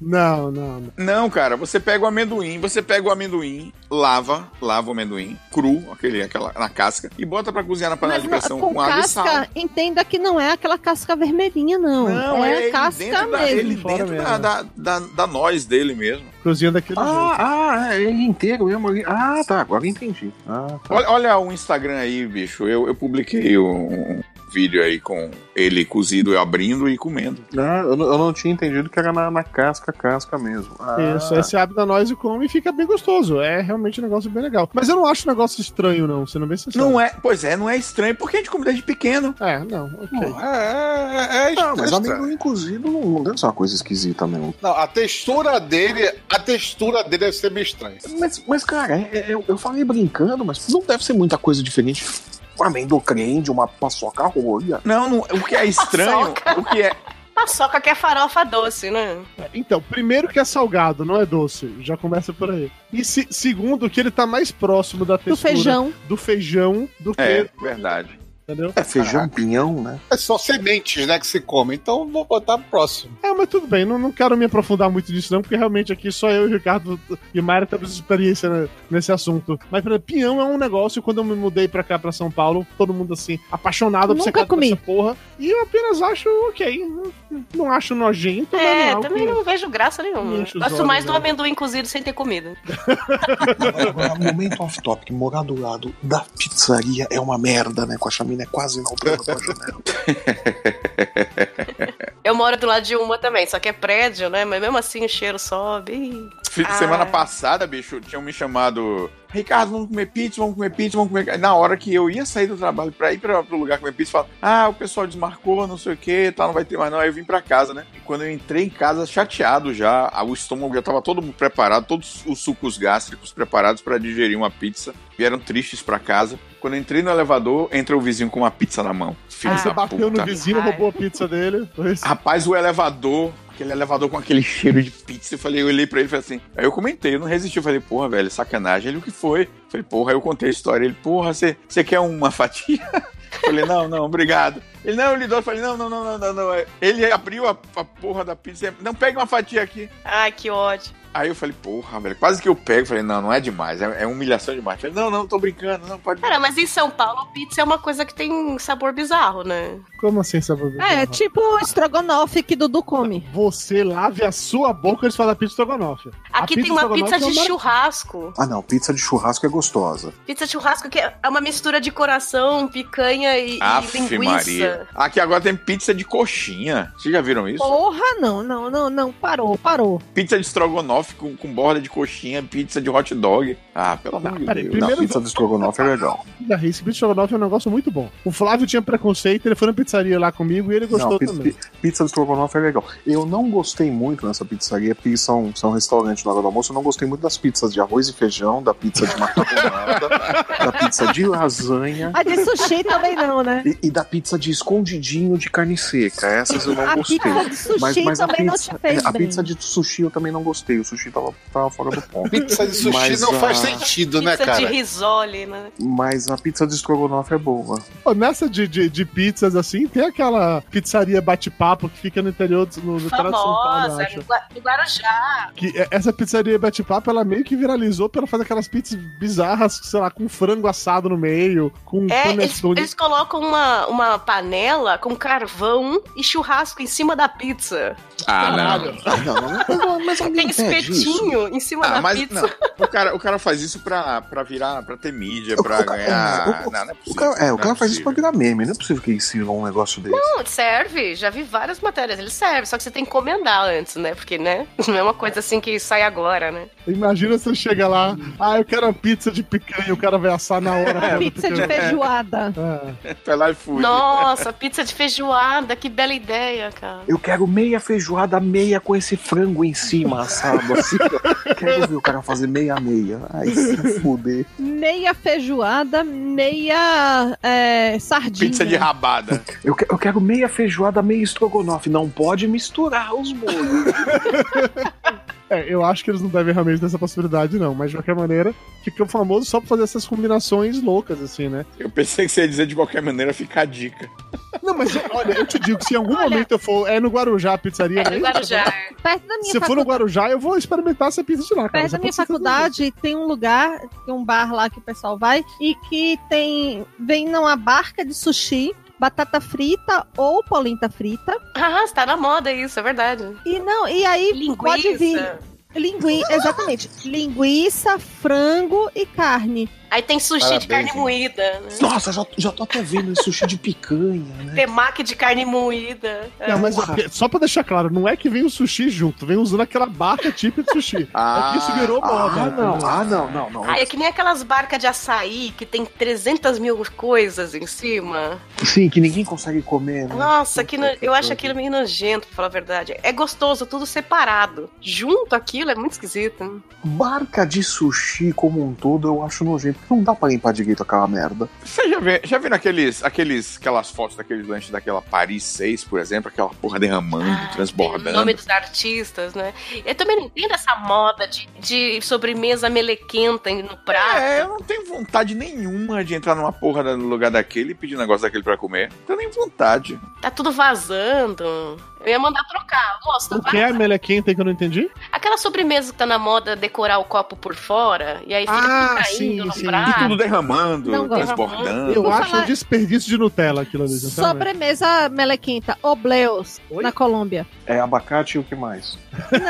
B: Não, não, não.
G: Não, cara, você pega o amendoim, você pega o amendoim, lava, lava o amendoim, cru, aquele, aquela, na casca, e bota pra cozinhar na panela de pressão com, água e sal.
C: casca, entenda que não é aquela casca vermelhinha, não.
G: Não,
C: é,
G: é, ele
C: casca
G: dentro,
C: mesmo.
G: da, ele dentro da, da, da, da noz dele mesmo.
B: Cozinha daquele
D: ah, ah, ele inteiro mesmo ali. Ah, tá, agora entendi. Ah, tá.
G: Olha, olha o Instagram aí, bicho. Eu, eu publiquei um, um vídeo aí com ele cozido, eu abrindo e comendo.
D: Ah, eu, não- eu não tinha entendido que era na, na casca, casca mesmo. Ah.
B: Isso, aí você abre da nós e come e fica bem gostoso. É realmente um negócio bem legal. Mas eu não acho um negócio estranho, não, sendo bem sincero.
G: Não é, pois é, não é estranho, porque a gente come desde pequeno.
B: É, não,
E: Não, é, é, é
D: Não, Ah, mas
E: estranho.
D: amendoim cozido não, não deve ser uma coisa esquisita mesmo.
E: Não, a textura dele, a textura dele deve ser meio estranha.
D: Mas, mas cara, é- é- eu, eu falei brincando, mas não deve ser muita coisa diferente. Um amendocrem de uma paçoca rolha.
G: Não, não, o que é estranho, o que é.
F: Paçoca que é farofa doce, né?
B: Então, primeiro que é salgado, não é doce. Já começa por aí. E se- segundo, que ele tá mais próximo da textura
C: feijão.
B: do feijão do que.
G: É, verdade.
B: Entendeu?
D: É feijão pinhão, né?
E: É só sementes, né, que se come. Então vou botar próximo.
B: É, mas tudo bem, não, não quero me aprofundar muito nisso, não, porque realmente aqui só eu, Ricardo e Mário temos experiência né, nesse assunto. Mas, por exemplo, pinhão é um negócio, quando eu me mudei pra cá, pra São Paulo, todo mundo assim, apaixonado,
C: Nunca
B: obcecado
C: comi.
B: essa porra. E eu apenas acho ok. não- Não acho nojento, mas não
F: É,
B: algo
F: também
B: que-
F: não vejo graça nenhuma.
B: Enche os
F: Gosto
B: olhos,
F: mais do
B: né?
F: amendoim cozido sem ter comida.
D: Agora, momento off-topic, morar do lado da pizzaria é uma merda, né? Com a chaminé quase na altura da janela.
F: Eu moro do lado de uma também, só que é prédio, né? Mas mesmo assim o cheiro sobe. Ih.
G: Fi-
F: Ah.
G: Semana passada, bicho, tinham me chamado Ricardo, vamos comer pizza, vamos comer pizza, vamos comer. Na hora que eu ia sair do trabalho pra ir pra, pro lugar comer pizza, fala, ah, o pessoal desmarcou, não sei o que, tal, não vai ter mais não. Aí eu vim pra casa, né? E quando eu entrei em casa, chateado já, a- o estômago já tava todo preparado, todos os sucos gástricos preparados pra digerir uma pizza, vieram tristes pra casa. Quando eu entrei no elevador, entra o vizinho com uma pizza na mão. Filho
B: Aí você
F: Ah,
G: da
B: bateu
G: puta.
B: no vizinho, roubou a pizza dele. Foi isso.
G: Rapaz, o elevador, aquele elevador com aquele cheiro de pizza, eu falei, eu olhei pra ele e falei assim. Aí eu comentei, eu não resisti, eu falei, porra, velho, sacanagem. Ele, o que foi? Eu falei, porra, aí eu contei a história. Ele, porra, você você quer uma fatia? Eu falei, não, não, obrigado. Ele, não, eu lhe dou. Eu falei, não, não, não, não, não, não. Ele abriu a, a porra da pizza. Não, pega uma fatia aqui.
F: Ai, que ódio.
G: Aí eu falei, porra, velho, quase que eu pego. Eu Falei, não, não é demais, é, é humilhação demais. Eu Falei, não, não, tô brincando, não, pode.
F: Cara, mas em São Paulo, pizza é uma coisa que tem um sabor bizarro, né?
B: Como assim, sabe?
C: É, tipo o estrogonofe que Dudu come.
B: Você lave a sua boca antes de falar pizza estrogonofe. A
F: Aqui tem uma
B: estrogonofe
F: pizza
B: é
F: de
B: uma maravilha.
F: churrasco.
D: Ah, não, pizza de churrasco é gostosa.
F: Pizza de churrasco que é uma mistura de coração, picanha e, e
G: Aff,
F: linguiça.
G: Maria. Aqui agora tem pizza de coxinha. Vocês já viram isso?
C: Porra, não, não, não, não. Parou, parou.
G: Pizza de estrogonofe com, com borda de coxinha, pizza de hot dog. Ah, pelo amor de
B: peraí,
G: Deus.
B: primeiro- Não, pizza
G: de estrogonofe é legal.
B: Da Reis, pizza de estrogonofe é um negócio muito bom. O Flávio tinha preconceito, ele foi na pizzaria lá comigo e ele gostou
D: Não, pi-
B: também.
D: pi- pizza de estrogonofe é legal. Eu não gostei muito nessa pizzaria, porque são, são restaurantes na hora do almoço. Eu não gostei muito das pizzas de arroz e feijão, da pizza de macarronada, da pizza de lasanha
C: A de sushi também não, né?
D: e, e da pizza de escondidinho de carne seca. Essas eu
C: A
D: não gostei.
C: pizza de sushi também não te fez
D: é, a
C: bem.
D: pizza de sushi eu também não gostei. O sushi tava, tava fora do ponto.
E: Pizza de sushi
D: Mas
E: não
D: a-
E: faz sentido, né,
F: Pizza de
E: cara?
F: risole, né?
D: Mas a pizza de estrogonofe é boa.
B: Pô, nessa de, de, de pizzas assim, tem aquela pizzaria bate-papo que fica no interior do, no, no estado de São Paulo, eu
F: Famosa,
B: acho.
F: no Gua- no Guarujá.
B: Que é- essa pizzaria bate-papo, ela meio que viralizou porque ela faz aquelas pizzas bizarras, sei lá, com frango assado no meio, com
F: É, eles,
B: panetone.
F: eles colocam uma, uma panela com carvão e churrasco em cima da pizza.
G: Ah,
F: Caralho.
G: não. é
E: Ah,
F: Tem
G: impede isso?
F: espetinho em cima
G: Ah,
F: da
G: mas
F: pizza.
G: não. O cara, o cara faz isso pra, pra virar, pra ter mídia, pra ganhar. não, não é
D: O
G: possível.
D: cara, é, o
G: não
D: cara faz isso pra
G: possível.
D: virar meme. Não é possível que ensinam um negócio desse.
F: Não, serve. Já vi várias matérias. Ele serve, só que você tem que encomendar antes, né? Porque, né? Não é uma coisa assim que sai agora, né?
B: Imagina você chega lá, ah, eu quero uma pizza de picanha, o cara vai assar na
G: É.
B: hora. É.
F: Pizza de
C: feijoada.
G: Vai lá e fui.
F: Nossa, pizza de feijoada, que bela ideia, cara.
D: Eu quero meia feijoada, meia com esse frango em cima, assado assim. quero ver o cara fazer meia-meia. Ai, se fuder.
C: Meia feijoada, meia é, sardinha.
G: rabada.
D: Eu, que- eu quero meia feijoada, meia estrogonofe. Não pode misturar os molhos.
B: É, eu acho que eles não devem realmente ter essa possibilidade, não. Mas de qualquer maneira, ficou famoso só por fazer essas combinações loucas, assim, né?
G: Eu pensei que você ia dizer de qualquer maneira ficar a dica.
B: Não, mas olha, eu te digo que se em algum momento eu for. É no Guarujá a pizzaria. né?
C: Perto da minha
B: Se eu for no Guarujá, eu vou experimentar essa pizza de lá. cara.
C: Perto
B: Essa
C: da minha
B: pode ser
C: faculdade tem um lugar, tem um bar lá que o pessoal vai e que tem vem numa barca de sushi, batata frita ou polenta frita.
F: Ah, está na moda isso, é verdade.
C: E não, e aí pode vir lingui, exatamente, linguiça, frango e carne.
F: Aí tem sushi
D: Parabéns,
F: de carne
D: hein?
F: moída, né?
D: Nossa, já, já tô até vendo esse sushi de picanha, né?
F: Temaki de carne moída.
B: Não, mas ó,
F: Porra.
B: só pra deixar claro, não é que vem o sushi junto, vem usando aquela barca típica de sushi. é que isso virou moda.
D: Ah, não, ah, não, não, não.
F: Ah, é que nem aquelas barcas de açaí que tem 300 mil coisas em cima.
D: Sim, que ninguém consegue comer, né?
F: Nossa, que no- eu
B: Uhum.
F: acho aquilo meio nojento, pra falar a verdade. É gostoso, tudo separado. Junto aquilo é muito esquisito. né?
D: Barca de sushi como um todo eu acho nojento. Não dá pra limpar direito aquela merda.
G: Você já, vê, já viram aqueles, aqueles, aquelas fotos daqueles lanches daquela Paris 6, por exemplo? Aquela porra derramando, transbordando.
F: Ah,
B: né?
F: Nome dos artistas, né? Eu também não entendo essa moda de, de sobremesa melequenta no prato.
G: É, eu não tenho vontade nenhuma de entrar numa porra da- no lugar daquele e pedir um negócio daquele pra comer. Não tenho nem vontade.
F: Tá tudo vazando. Eu ia mandar trocar. Nossa,
B: O que é a melequenta que eu não entendi?
F: Aquela sobremesa que tá na moda decorar o copo por fora e aí fica
B: Ah,
F: caindo
B: sim,
F: no
B: sim.
F: prato.
G: E tudo derramando,
C: Não gosto.
G: transbordando.
B: Eu
C: Vou
B: acho
C: falar-
B: um desperdício de Nutella aquilo ali. sinceramente.
C: Sobremesa melequenta, obleos, na Colômbia.
D: É abacate e o que mais?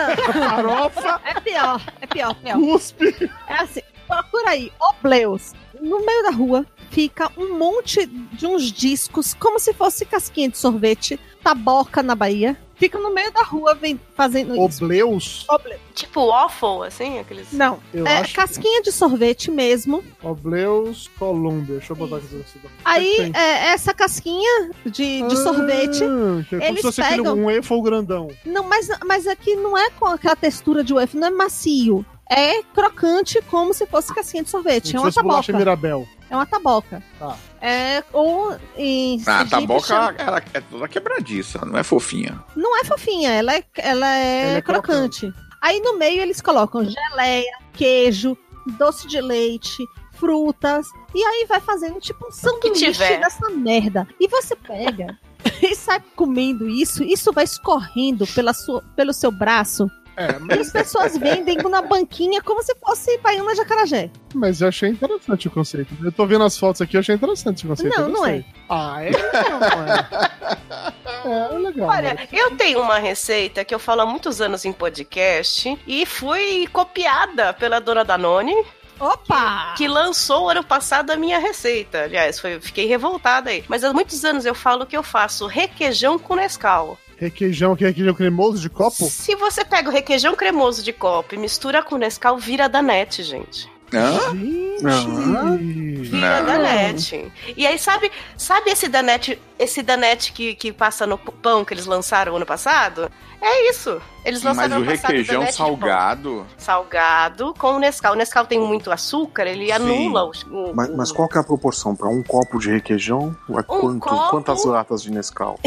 B: Farofa.
C: É pior, é pior, pior.
B: Cuspe.
C: É assim, procura aí, obleus. No meio da rua fica um monte de uns discos, como se fosse casquinha de sorvete, taboca na Bahia. ficam no meio da rua vem- fazendo isso.
B: Obleus?
F: Tipo waffle, assim? Aqueles...
C: Não,
B: Eu
C: é
B: acho-
C: casquinha de sorvete mesmo.
B: Obleus Columbia. Deixa eu botar aqui. no cidade.
C: Aí,
B: Tem.
C: é, essa casquinha de, de sorvete,
B: Ah, que é como se
C: eles
B: fosse aquele
C: pegam...
B: um waffle grandão.
C: Não, mas, mas aqui não é com aquela textura de waffle, não é macio. É crocante como se fosse casquinha de sorvete.
B: Como se
C: é uma
B: fosse bolacha
C: taboca.
B: Mirabel.
C: É uma taboca.
B: Tá.
C: É, ou em
G: Ah, a
C: Sergipe
G: taboca
C: chama-
G: ela é toda quebradiça, não é fofinha.
C: Não é fofinha, ela é, ela é,
G: Ela é
C: crocante. Aí no meio eles colocam geleia, queijo, doce de leite, frutas. E aí vai fazendo tipo um sanduíche
F: tiver.
C: dessa merda. E você pega e sai comendo isso, isso vai escorrendo pela sua, pelo seu braço.
B: É,
C: E as pessoas vendem na banquinha como se fosse baiana de acarajé.
B: Mas eu achei interessante o conceito. Eu tô vendo as fotos aqui, eu achei interessante esse conceito.
C: Não,
B: eu
C: não é.
B: gostei. Ah, é? Não, é. é legal.
F: Olha, eu tenho uma receita que eu falo há muitos anos em podcast e fui copiada pela dona Danone.
C: Opa!
F: Que, que lançou ano passado a minha receita. Aliás, foi, fiquei revoltada aí. Mas há muitos anos eu falo que eu faço requeijão com Nescau.
B: Requeijão, que é requeijão cremoso de copo?
F: Se você pega o requeijão cremoso de copo e mistura com Nescau, vira Danete, gente.
G: Hã?
D: Ah.
F: Vira
B: Ah.
G: Não.
F: Danete. E aí, sabe, sabe esse Danete, esse Danete que, que passa no pão que eles lançaram ano passado? É isso. Eles
G: Mas
F: lançaram
G: o
F: ano passado
G: requeijão
F: Danete de pão.
G: salgado.
F: Salgado com o Nescau. O Nescau tem muito açúcar, ele anula os- o,
D: Mas, mas qual que é a proporção? Pra um copo de requeijão? Ué, quanto-
F: copo-
D: Quantas latas de Nescau?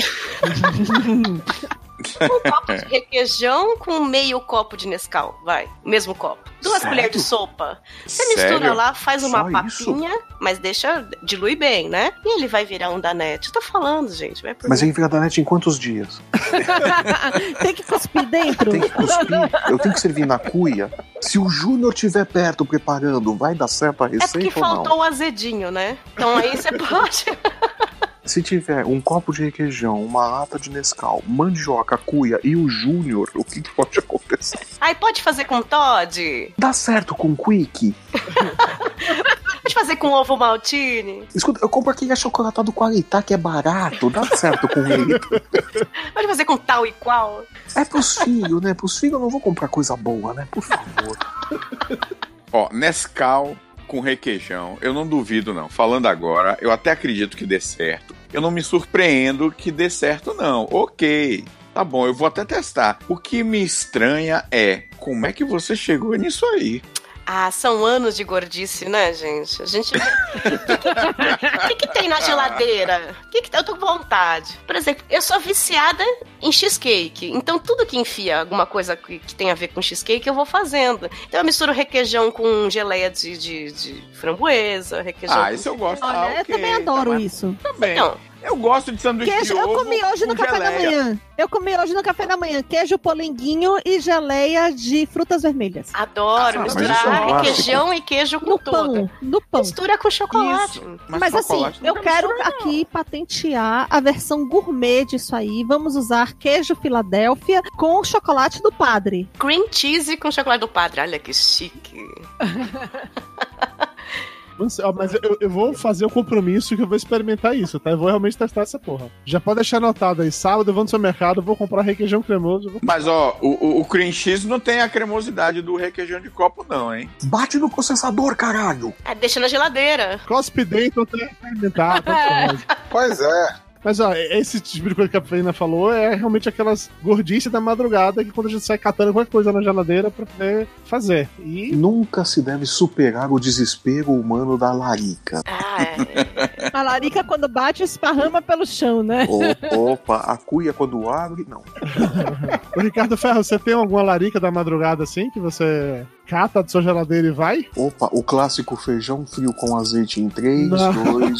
F: de requeijão com meio copo de Nescau, vai. O mesmo copo. Duas
G: Sério?
F: colheres de sopa. Você mistura
G: Sério?
F: lá, faz uma
G: Só isso?
F: papinha, mas deixa, dilui bem, né? E ele vai virar um danete. Eu tô falando, gente. Vai por
D: Mas
F: mim.
D: ele vira da net em quantos dias?
C: Tem que cuspir dentro.
D: Tem que cuspir? Eu tenho que servir na cuia? Se o Júnior estiver perto preparando, vai dar certo a
F: É porque
D: receita ou
F: faltou
D: não?
F: o azedinho, né? Então aí você pode.
D: Se tiver um copo de requeijão, uma lata de Nescau, mandioca, cuia e o Júnior, o que que pode acontecer?
F: Aí pode fazer com Todd?
D: Dá certo com quick?
F: Pode fazer com ovo maltine?
D: Escuta, eu compro aquele achocolatado Qualitá que é barato, dá certo com ele.
F: Pode fazer com tal e qual?
D: É pros filhos, né? Pros filhos eu não vou comprar coisa boa, né? Por favor.
G: Ó, Nescau com requeijão, eu não duvido não. Falando agora, eu até acredito que dê certo. Eu não me surpreendo que dê certo não. OK. Tá bom, eu vou até testar. O que me estranha é como é que você chegou nisso aí?
F: Ah, são anos de gordice, né, gente? A gente. O que, que tem na geladeira? O que, que tem? Eu tô com vontade. Por exemplo, eu sou viciada em cheesecake. Então, tudo que enfia alguma coisa que, que tem a ver com cheesecake, eu vou fazendo. Então, eu misturo requeijão com geleia de, de, de framboesa, requeijão.
G: Ah,
F: com-
G: esse eu gosto.
C: Olha,
G: Ah,
C: eu
G: ok,
C: também adoro
G: tá, mas
C: isso.
G: Também.
F: Então.
G: eu gosto de sanduíche
C: Queijo,
G: de
C: eu
G: ovo
C: comi hoje no
G: com
C: café da
G: geleia.
C: manhã. Eu comi hoje no café da manhã queijo polenguinho e geleia de frutas vermelhas.
F: Adoro
C: Ah, mas
G: isso é um
F: misturar
G: clássico.
F: requeijão e queijo com
C: No
F: tudo.
C: pão, no pão.
F: Mistura com chocolate.
G: Isso,
C: Mas,
G: mas
C: assim,
G: chocolate
C: eu quero aqui patentear a versão gourmet disso aí. Vamos usar queijo Filadélfia com chocolate do padre.
F: Cream cheese com chocolate do padre. Olha que chique.
B: Não sei, ó, mas eu, eu vou fazer o compromisso que eu vou experimentar isso, tá? Eu vou realmente testar essa porra. Já pode deixar anotado aí. Sábado eu vou no seu mercado, vou comprar requeijão cremoso. Vou...
G: Mas ó, o, o, o cream cheese não tem a cremosidade do requeijão de copo não, hein?
D: Bate no processador, caralho!
F: Ah, deixa na geladeira.
B: Cospe dentro até experimentar. tá
E: pois é.
B: Mas ó, esse tipo de coisa que a Fena falou é realmente aquelas gordices da madrugada que quando a gente sai catando qualquer coisa na geladeira pra poder fazer. E
D: Nunca se deve superar o desespero humano da larica.
F: Ah, é.
C: A larica, quando bate, esparrama pelo chão, né?
D: O- opa, a cuia quando abre, não.
B: Ô, Ricardo Ferro, você tem alguma larica da madrugada assim que você cata da sua geladeira e vai?
D: Opa, o clássico feijão frio com azeite em um. 3,
B: Não.
D: 2.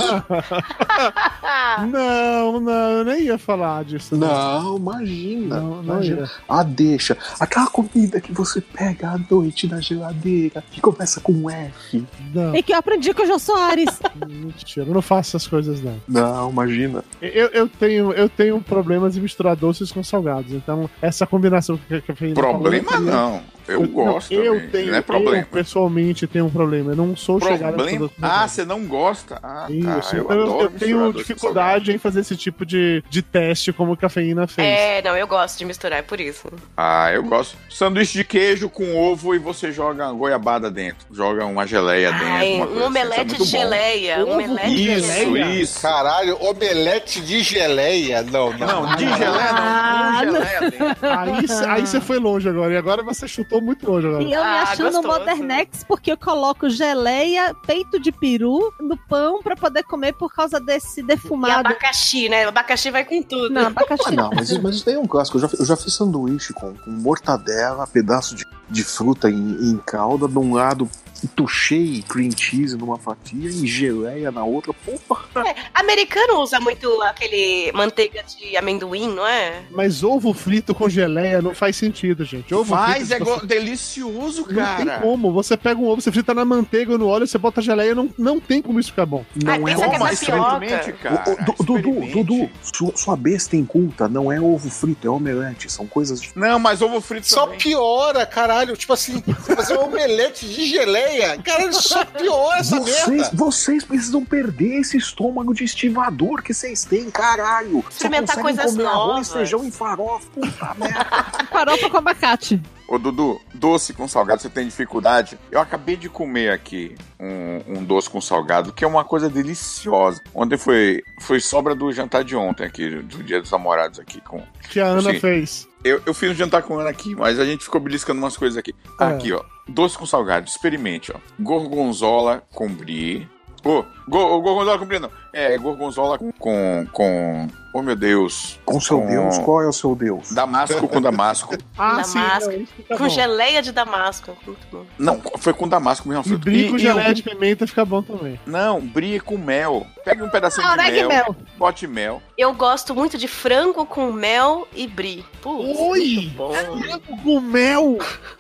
F: Ah,
B: não, não, eu nem ia falar disso. né?
D: Não, imagina.
B: Não, não
D: Imagina.
B: ia.
D: Ah, deixa. Aquela comida que você pega à noite na geladeira e começa com F.
B: Não,
C: E que eu aprendi com o Jô Soares.
B: mentira, eu não faço essas coisas não.
D: Não, imagina.
B: Eu, eu tenho, eu tenho problemas em misturar doces com salgados, então essa combinação que a cafeína falou,
G: Problema
B: eu queria-
G: não. Eu, gosto.
B: Eu
G: também,
B: tenho,
G: Não é problema.
B: eu pessoalmente tenho um problema. Eu não sou chegado a
G: problema? Ah, você não gosta? Ah,
B: Isso,
G: tá. Eu,
B: então eu,
G: adoro
B: eu tenho
G: misturador de
B: dificuldade em fazer esse tipo de, de teste como a cafeína fez.
F: É, não, eu gosto de misturar, é por isso.
G: Ah, eu gosto. Sanduíche de queijo com ovo e você joga uma goiabada dentro. Joga uma geleia
F: Ai,
G: dentro. uma
F: um
G: coisa assim.
F: omelete de
G: Isso é muito bom.
F: geleia. Um omelete de
G: Isso,
F: geleia.
G: isso.
E: Caralho, omelete de geleia. Não, não. Não, de
G: Ah,
E: geleia
C: Ah,
B: Aí cê- aí você foi longe agora. E agora você chutou muito longe agora.
C: E eu me achando modernex porque eu coloco geleia, peito de peru no pão pra poder comer por causa desse
F: E
C: defumado.
F: abacaxi, né? Abacaxi vai com tudo.
C: Não, abacaxi
D: Ah, não, mas, isso- mas isso daí é um clássico. Eu já, fi- eu já fiz sanduíche com, com mortadela, pedaço de, de fruta em, em calda, de um lado tuchei cream cheese numa fatia e geleia na outra. Opa!
F: É, americano usa muito aquele manteiga de amendoim, não é?
B: Mas ovo frito com geleia não faz sentido, gente. Ovo
G: Faz,
B: frito,
G: é go- delicioso,
B: Não
G: cara.
B: tem como. Você pega um ovo, você frita na manteiga ou no óleo, você bota geleia, não, não tem como isso ficar bom.
F: Não
G: Ah,
D: é
F: pensa que
D: ovo,
F: é
D: Ô,
F: tapioca.
D: ô, Du- Dudu, Dudu, sua, sua besta inculta não é ovo frito, é omelete. São coisas diferentes.
G: Não, mas ovo frito
E: Só piora, caralho. Tipo assim, você fazer um omelete de geleia, caralho, só piora essa
D: Vocês,
E: merda.
D: vocês precisam perder esse estômago de estivador que vocês têm, caralho. Só
F: Experimentar
D: conseguem
F: coisas
D: comer
F: novas.
D: Arroz, feijão e farofa. Puta merda.
C: Farofa com abacate.
G: Ô, Dudu, doce com salgado, você tem dificuldade? Eu acabei de comer aqui um, um doce com salgado, que é uma coisa deliciosa. Ontem foi, foi sobra do jantar de ontem aqui, do Dia dos Namorados aqui. Com,
B: Que a Ana
G: Assim,
B: fez.
G: Eu, eu fiz um jantar com ela aqui, mas a gente ficou beliscando umas coisas aqui. Tá
B: É.
G: Aqui, ó. Doce com salgado, experimente, ó. Gorgonzola com brie. Ô, go- ô, gorgonzola com brie não. É, gorgonzola com... com, com oh, meu Deus.
D: Com seu Deus, qual é o seu Deus?
G: Damasco com damasco.
B: Ah,
F: damasco. com
C: Tá
B: bom.
F: geleia de damasco. é Muito bom.
G: Não, foi com damasco
B: E
G: mesmo. Alfredo.
B: brie com
G: e
B: geleia
G: eu-
B: de pimenta fica bom também.
G: Não, brie com mel. Pega um pedacinho
C: Ah,
F: Caraca,
G: de
F: Ah,
G: mel,
F: mel.
G: bote mel.
F: Eu gosto muito de frango com mel e brie. Putz,
B: Oi!
F: muito bom.
B: Frango com mel!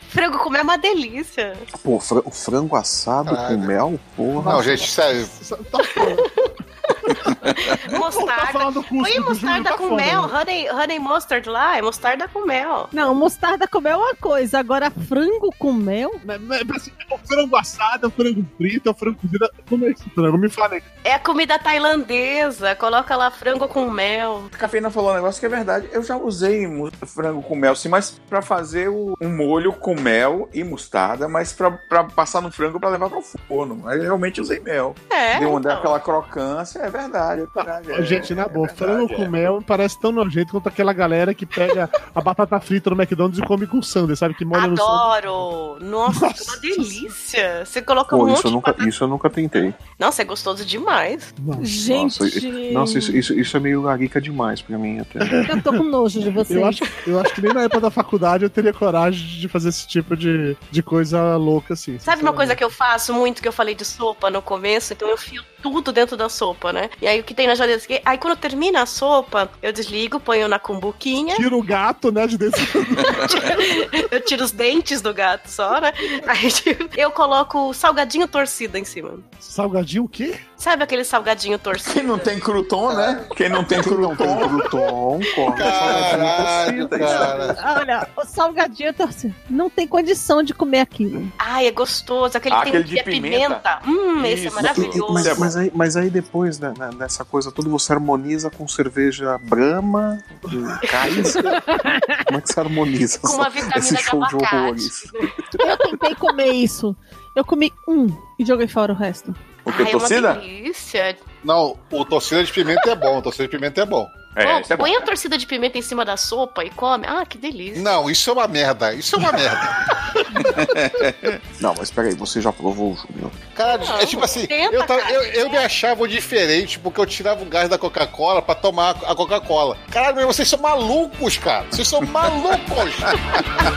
F: Frango com mel é uma delícia.
D: Pô, fra- o frango assado
E: Caralho.
D: com mel? Porra.
E: Não, gente, sério.
B: tá
F: Mostarda. Põe mostarda
C: tá
F: com
C: foda,
F: mel.
C: né?
F: Honey, honey mustard lá é mostarda com mel.
C: Não, mostarda com mel é uma coisa, agora frango com mel?
B: É o frango assado, é o frango frito, é o frango cozido. Como é esse frango? Me fala aí.
F: É a comida tailandesa. Coloca lá frango com mel.
G: A Cafeína falou um negócio que é verdade. Eu já usei mu- frango com mel, sim, mas pra fazer o, um molho com mel e mostarda, mas pra, pra passar no frango pra levar pro forno. Mas eu realmente usei mel.
F: É,
G: Deu
F: então.
G: aquela crocância, é verdade, é verdade. é.
B: Gente, na boa, frango com mel parece tão nojento quanto aquela galera que pega a batata frita no McDonald's e come com sanduíche, sabe? Que molha no sanduíche.
F: Adoro! Nossa, que uma delícia! Você coloca
D: Pô,
F: um monte
D: isso eu,
F: de
D: nunca, isso eu nunca tentei.
F: Nossa, é gostoso demais. Gente.
D: Nossa, i- nossa, isso, isso, isso é meio larica demais pra mim até.
C: Eu tô com nojo de você.
B: Eu acho, eu acho que nem na época da faculdade eu teria coragem de fazer esse tipo de, de coisa louca assim.
F: Sabe uma coisa que eu faço muito que eu falei de sopa no começo? Então eu fio tudo dentro da sopa, né? E aí o que tem na geladeira? assim, Aí quando termina a sopa, eu desligo, ponho na cumbuquinha.
B: Tira o gato, né, de dentro.
F: eu tiro os dentes do gato só, né? Aí eu coloco o salgadinho torcido em cima.
B: Salgadinho o quê?
F: Sabe aquele salgadinho torcido?
G: Quem não tem crouton, né? Quem não tem crouton.
D: crouton, corre.
E: Caralho, cara.
C: Olha, o salgadinho eu tô assim, não tem condição de comer aquilo.
F: Ai, é gostoso. Aquele, que tem
D: Aquele de
F: que é pimenta. Hum, esse é
D: Isso.
F: maravilhoso.
D: Mas, mas aí, mas aí depois, né, né, dessa coisa toda, você harmoniza com cerveja Brahma, e Caísca. Como é que você harmoniza
C: Com uma
D: essa-
C: vitamina
D: esse
C: de
D: show de
C: abacate.
D: horrores?
C: Eu tentei comer isso. Eu comi um e joguei fora o resto.
G: O
F: Ai, É
E: torcida? É,
F: uma delícia.
E: Não, o torcida de pimenta é bom, o torcida de pimenta é bom.
F: Bom, põe a torcida de pimenta em cima da sopa e come. Ah, que delícia.
E: Não, isso é uma merda, isso é uma merda.
D: Não, mas peraí, você já provou o Júnior.
E: Caralho, é tipo assim, eu, tava- eu- eu
F: é-
E: me achava diferente porque eu tirava o gás da Coca-Cola pra tomar a Coca-Cola. Caralho, meu, vocês são malucos, cara. Vocês são malucos.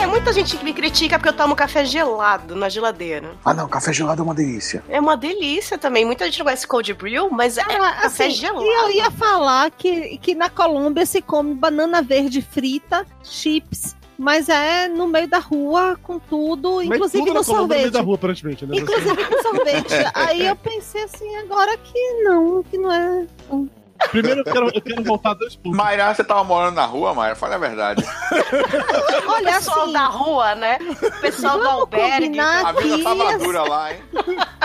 F: É, muita gente que me critica porque eu tomo café gelado na geladeira.
D: Ah, não, café gelado é uma delícia.
F: É uma delícia também. Muita gente não gosta de cold brew, mas é café
C: Assim,
F: gelado.
C: E eu ia falar que, que na Colômbia se come banana verde frita, chips, mas é no meio da rua, com tudo,
B: Mas
C: inclusive
B: tudo na
C: no
B: Colômbia é no meio
C: sorvete.
B: da rua, aparentemente, né?
C: Inclusive com sorvete. Aí eu pensei assim, agora que não, que não é.
B: Primeiro eu quero, eu quero voltar dois pontos.
G: Mayra, você tava morando na rua, Mayra? Fala a verdade.
F: Olha, o pessoal da rua, né? O pessoal do
C: assim. Vamos
F: albergue.
C: combinar
G: A vida tá
C: que
G: tava
C: essa-
G: dura lá, hein?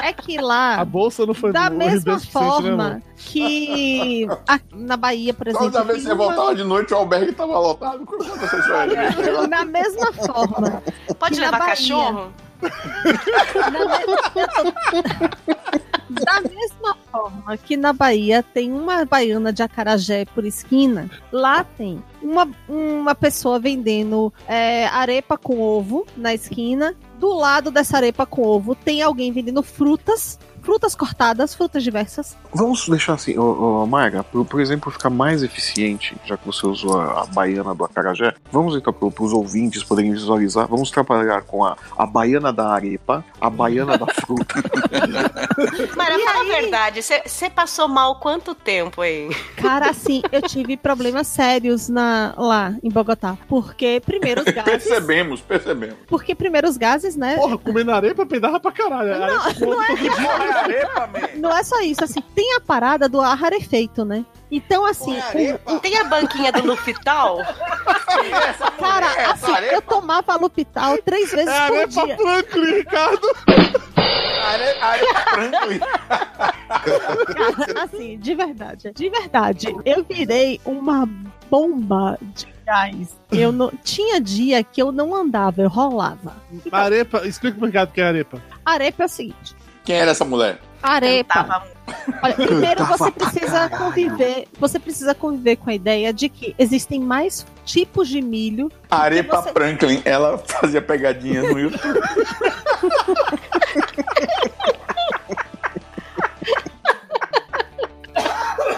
C: É que lá.
B: A bolsa não foi
C: Da
B: boa,
C: mesma
B: o suficiente, né,
C: forma
B: amor?
C: que a- na Bahia, por exemplo.
G: Toda vez que
C: tem
G: você
C: uma-
G: voltava de noite, o albergue tava lotado. Como você chora?
C: Na mesma forma.
F: Pode
C: que na
F: levar
C: Bahia-
F: cachorro?
C: Da mesma forma que na Bahia tem uma baiana de acarajé por esquina, lá tem uma, uma pessoa vendendo é, arepa com ovo na esquina. Do lado dessa arepa com ovo tem alguém vendendo frutas, frutas cortadas, frutas diversas.
D: Vamos deixar assim, ô, ô, Mayra, pro, pro exemplo ficar mais eficiente, já que você usou a, a baiana do acarajé, vamos então pro, pros ouvintes poderem visualizar, vamos trabalhar com a, a baiana da arepa, a baiana da fruta.
F: Mara, fala a verdade. Você passou mal quanto tempo aí?
C: Cara, assim, eu tive problemas sérios na, lá em Bogotá. Porque, primeiro, os gases.
G: Percebemos, percebemos.
C: Porque primeiro os gases, né?
B: Porra, comendo arepa peidava pra caralho. Arepa com ovo todo dia.
C: Não é só isso, assim, tem a parada do ar rarefeito, né? Então, assim,
F: Tem a banquinha do Lufital?
C: cara, assim, eu tomava Lupital três vezes por
B: É, Arepa
C: dia.
B: Franklin, Ricardo.
C: Cara, assim, de verdade, de verdade, eu virei uma bomba de gás. Eu não tinha dia que eu não andava, eu rolava.
B: Arepa, explica pro Ricardo o que é arepa.
C: Arepa é o seguinte,
G: Quem era essa mulher?
C: arepa. Olha, primeiro
G: Cantava
C: você
G: pra
C: precisa conviver, você precisa conviver com a ideia de que existem mais tipos de milho
G: A Arepa Franklin, ela fazia pegadinha no YouTube.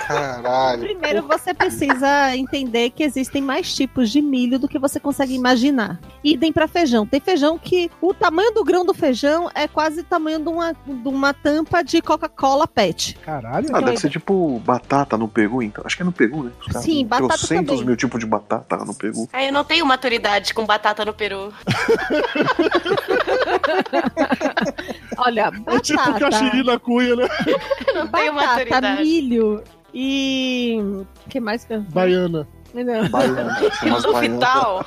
E: Caralho.
C: Primeiro você precisa entender que existem mais tipos de milho do que você consegue imaginar. Idem para feijão. Tem feijão que o tamanho do grão do feijão é quase o tamanho de uma, de uma tampa de Coca-Cola PET.
B: Caralho.
D: Ah, deve ser tipo batata no Peru, então. Acho que é no Peru, né? Os
C: Sim,
D: têm
C: batata
D: trocentos
C: também.
D: mil tipos de batata lá no Peru.
F: Ah, eu não tenho maturidade com batata no Peru.
C: Olha,
B: É tipo
C: batata,
B: cachiri na cunha, né?
F: não tenho
C: um batata
F: maturidade.
C: milho e que mais que eu...
B: Baiana.
C: Não.
D: Baiana. né? Tem umas baianas.
F: Lufital?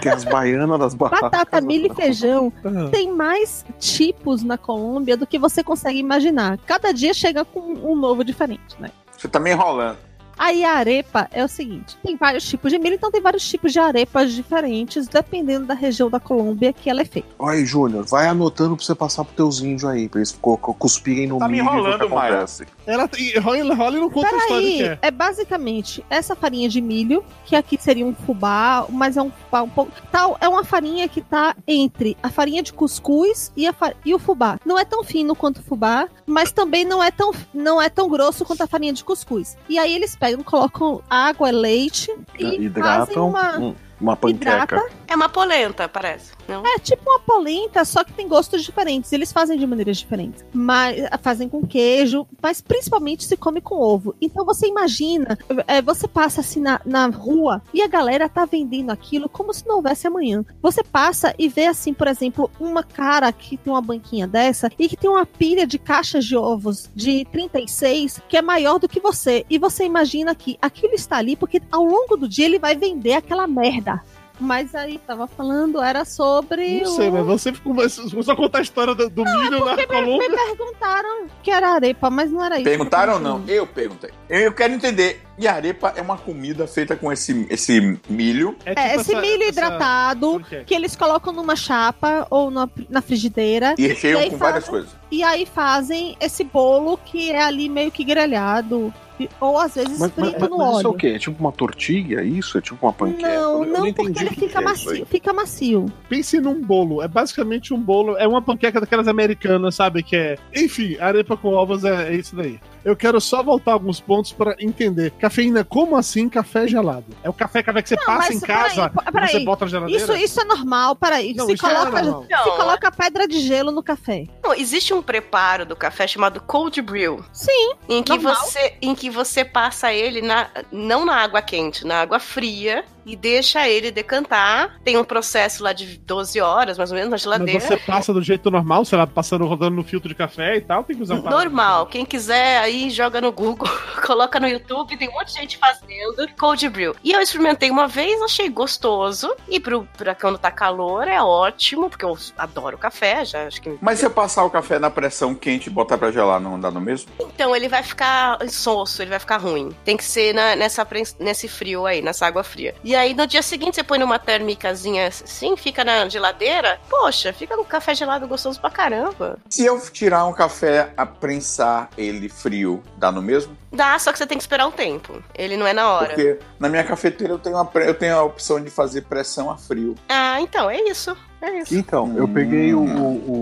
D: Tem as baianas das batatas.
C: Batata, milho e feijão
D: Aham.
C: tem mais tipos na Colômbia do que você consegue imaginar. Cada dia chega com um novo diferente, né?
G: Você tá me enrolando.
C: Aí a arepa é o seguinte: tem vários tipos de milho, então tem vários tipos de arepas diferentes, dependendo da região da Colômbia que ela é feita.
D: Olha aí, Júnior, vai anotando pra você passar pro teus índios aí, pra eles co- co- cuspirem no
G: Tá
D: milho
G: me
D: e ver o que
G: enrolando, Mayra.
D: acontece.
B: Ela tem- rola, rola e não conta a história do
C: Peraí,
B: que é.
C: é basicamente essa farinha de milho, que aqui seria um fubá, mas é um fubá um pouco. Tal, é uma farinha que tá entre a farinha de cuscuz e, a fa- e o fubá. Não é tão fino quanto o fubá, mas também não é, tão, não é tão grosso quanto a farinha de cuscuz. E aí eles pegam, colocam água, leite e fazem
D: Hidratam
C: uma.
D: hum, uma panqueca.
C: Hidrata.
F: É uma polenta, parece. Não?
C: É tipo uma polenta, só que tem gostos diferentes. Eles fazem de maneiras diferentes. Mas fazem com queijo, mas principalmente se come com ovo. Então você imagina, é, você passa assim na, na rua e a galera tá vendendo aquilo como se não houvesse amanhã. Você passa e vê assim, por exemplo, uma cara que tem uma banquinha dessa e que tem uma pilha de caixas de ovos de 36 que é maior do que você. E você imagina que aquilo está ali porque ao longo do dia ele vai vender aquela merda. Mas aí, tava falando, era sobre.
B: é. Não sei,
C: o...
B: mas você ficou começou a contar a história do, do
C: é
B: milho na
C: Me
B: Colômbia.
C: perguntaram que era arepa, mas não era isso.
G: Perguntaram ou não? Eu perguntei. Eu, eu quero entender. E arepa é uma comida feita com esse, esse milho.
C: É,
B: Tipo
C: esse milho hidratado que é? eles colocam numa chapa ou na, na frigideira.
G: E recheio
C: aí
G: com
C: fazem-
G: várias coisas.
C: E aí fazem esse bolo que é ali meio que grelhado. e- Ou às vezes
D: Mas, mas-
C: frito
D: mas
C: no
D: isso é
C: óleo.
D: o quê? É tipo uma tortilha, isso? É tipo uma panqueca?
C: Não,
D: Eu
C: não,
D: entendi
C: porque
D: o
C: ele
D: que
C: fica
D: que é isso aí.
C: macio. Fica macio.
B: Pense num bolo. É basicamente um bolo. É uma panqueca daquelas americanas, sabe? Que é. Enfim, arepa com ovos é, é isso daí. Eu quero só voltar alguns pontos pra entender. Cafeína, como assim café gelado? É o café, café que você passa em casa
C: pô-
B: e você bota na geladeira?
C: Isso, isso é normal, peraí.
B: Não,
C: se
B: isso é
C: coloca,
B: normal.
C: se
F: Não,
C: coloca pedra de gelo no café.
F: Não, existe um preparo do café chamado cold brew.
C: Sim.
F: Em que,
C: normal.
F: você, em que você passa ele na, não na água quente, na água fria e deixa ele decantar. Tem um processo lá de 12 horas, mais ou menos, na geladeira.
B: Mas você passa do jeito normal, sei lá, passando, rodando no filtro de café e tal, tem que usar um parâmetro.
F: Normal, quem quiser aí joga no Google, coloca no YouTube, tem um monte de gente fazendo cold brew. E eu experimentei uma vez, achei gostoso. E pro, pra quando tá calor é ótimo, porque eu adoro café, já acho que.
G: Mas se eu passar o café na pressão quente e botar pra gelar, não dá no mesmo?
F: Então ele vai ficar insosso, ele vai ficar ruim. Tem que ser na- nessa, prens- nesse frio aí, nessa água fria. E aí no dia seguinte você põe numa térmicazinha assim, fica na geladeira. Poxa, fica um café gelado gostoso pra caramba.
G: Se eu tirar um café a prensar ele frio, dá no mesmo?
F: Dá, só que você tem que esperar um tempo. Ele não é na hora.
G: Porque na minha cafeteira eu tenho, a, pre- eu tenho a opção de fazer pressão a frio. Hum.
F: Ah, então é isso. É isso.
D: Então, eu peguei o, o-